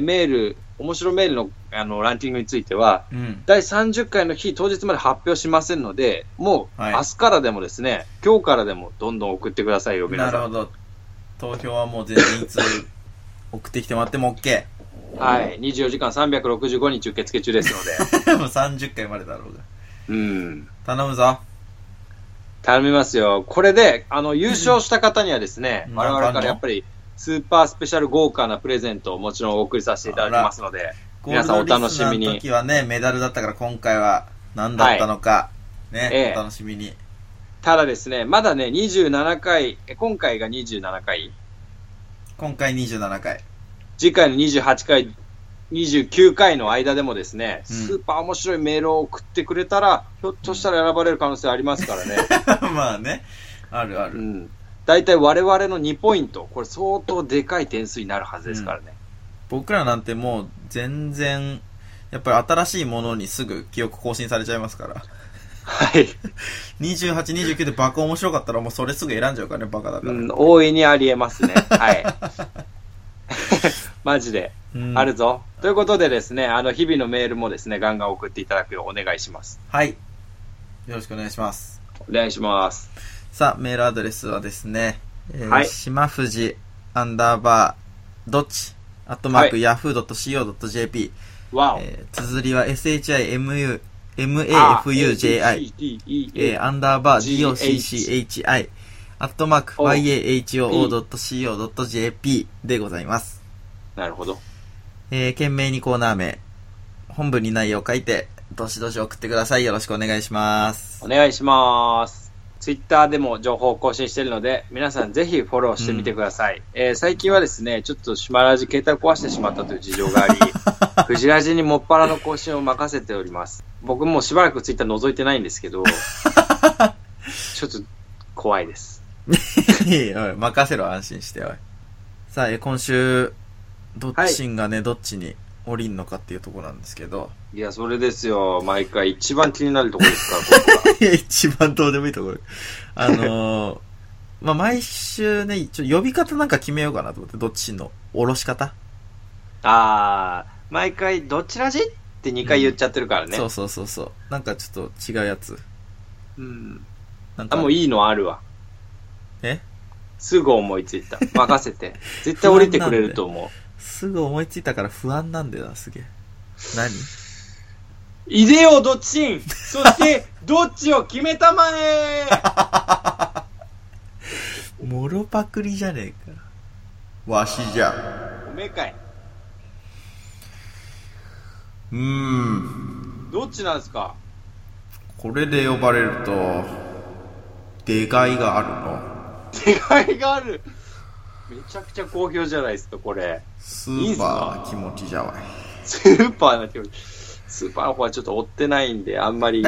S1: ー、メール、面白メールのあのランキングについては、
S2: うん。
S1: 第30回の日当日まで発表しませんので、もう
S2: はい
S1: 明日からでもですね、今日からでもどんどん送ってくださいよ、皆
S2: なる
S1: さ
S2: ほ
S1: ん。
S2: ど。投票はもう全然いつ送ってきてもらっても OK。
S1: はい。24時間365日受付中ですので。
S2: もう30回までだろうが。
S1: うん。
S2: 頼むぞ。
S1: 頼みますよ。これで、あの、優勝した方にはですね、
S2: うん
S1: 我々からやっぱり、スーパースペシャル豪華なプレゼントをもちろんお送りさせていただきますので、皆さんお楽しみに
S2: ゴールドリスナーの時はね、メダルだったから今回は何だったのか、ね、
S1: ええ
S2: お楽しみに。
S1: ただですね、まだね、27回、え今回が27回、
S2: 今回27回。
S1: 次回の28回、29回の間でもですね、
S2: うん
S1: スーパー面白いメールを送ってくれたら、ひょっとしたら選ばれる可能性ありますからね。
S2: まあね、あるあ
S1: う
S2: る。
S1: ん。大体我々の2ポイント、これ相当でかい点数になるはずですからね。
S2: 僕らなんてもう全然、やっぱり新しいものにすぐ記憶更新されちゃいますから。
S1: はい。
S2: 28、29でバカ面白かったらもうそれすぐ選んじゃうからね、バカだから。
S1: うん、大いにありえます ね。はい。 マジで、
S2: うん
S1: あるぞ。ということでですね、あの、日々のメールもですね、ガンガン送っていただくようお願いします。
S2: はい。よろしくお願いします。
S1: お願いします。
S2: さあ、メールアドレスはですね、えー
S1: はい
S2: 島藤アンダーバー、どっちアットマーク、
S1: は
S2: yahoo.co.jp、
S1: わお。
S2: えー、綴りは shimu, mafuji、えー、アンダーバー docchi、アットマーク、
S1: お
S2: yahoo.co.jp でございます。
S1: なるほど。
S2: えー、懸命にコーナー名、本文に内容を書いて、どしどし送ってください。よろしくお願い します。
S1: お願いします。ツイッターでも情報を更新しているので、皆さんぜひフォローしてみてください。えー最近はですね、ちょっと島ラジ携帯壊してしまったという事情が あり、フジラジにもっぱらの更新を任せております。僕もうしばらくツイッター覗いてないんですけ ど、ちょっと怖いです。
S2: いいおい任せろ、安心して、おい。さあ、えー今週、どっちんがね、どっちに降りんのかっていうところなんですけど、
S1: いや、それですよ。毎回一番気になるところです から、僕は。
S2: いや、一番どうでもいいところ。あのー、まあ、毎週ね、ちょっと呼び方なんか決めようかなと思って、どっちのおろし方、
S1: あー、毎回どっちラジって2回言っちゃってるからね。
S2: そうそうそうそう。なんかちょっと違うやつ。
S1: うん。
S2: なんか、
S1: あ、もういいのあるわ。
S2: え
S1: すぐ思いついた。任せて。絶対降りてくれると思
S2: すぐ思いついたから不安なんだよな、すげえ。何
S1: う。いでよ、どっちんそして、どっちを決めたまえ
S2: もろパクリじゃねえか。わしじゃ。
S1: おめえかい。
S2: うーん。
S1: どっちなんすか
S2: これで呼ばれると、でかいがあるの。
S1: 手いがある。めちゃくちゃ好評じゃないですか、これ。
S2: スーパーな気持ちじゃわい。
S1: スーパーな気持ち。スーパーの方はちょっと追ってないんで、あんまり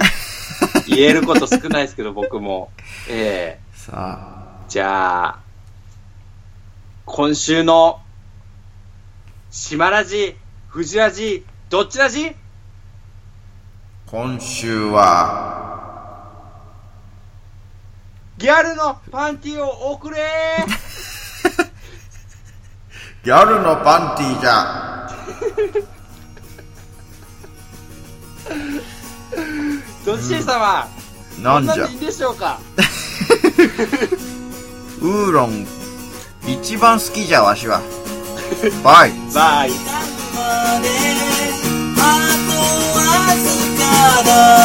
S1: 言えること少ないですけど、僕も。え
S2: さあ、
S1: えじゃあ、今週の、島ラジ、藤ラジ、どっちラジ
S2: 今週は、
S1: ギャルのパンティを送れ
S2: ギャルのパンティーじゃ。
S1: どちえ様、
S2: なんじ
S1: こ
S2: ゃ
S1: でいいでしょうか
S2: ウーロン、一番好きじゃわしは。バイ。
S1: バイ
S5: 「あとわずかだ」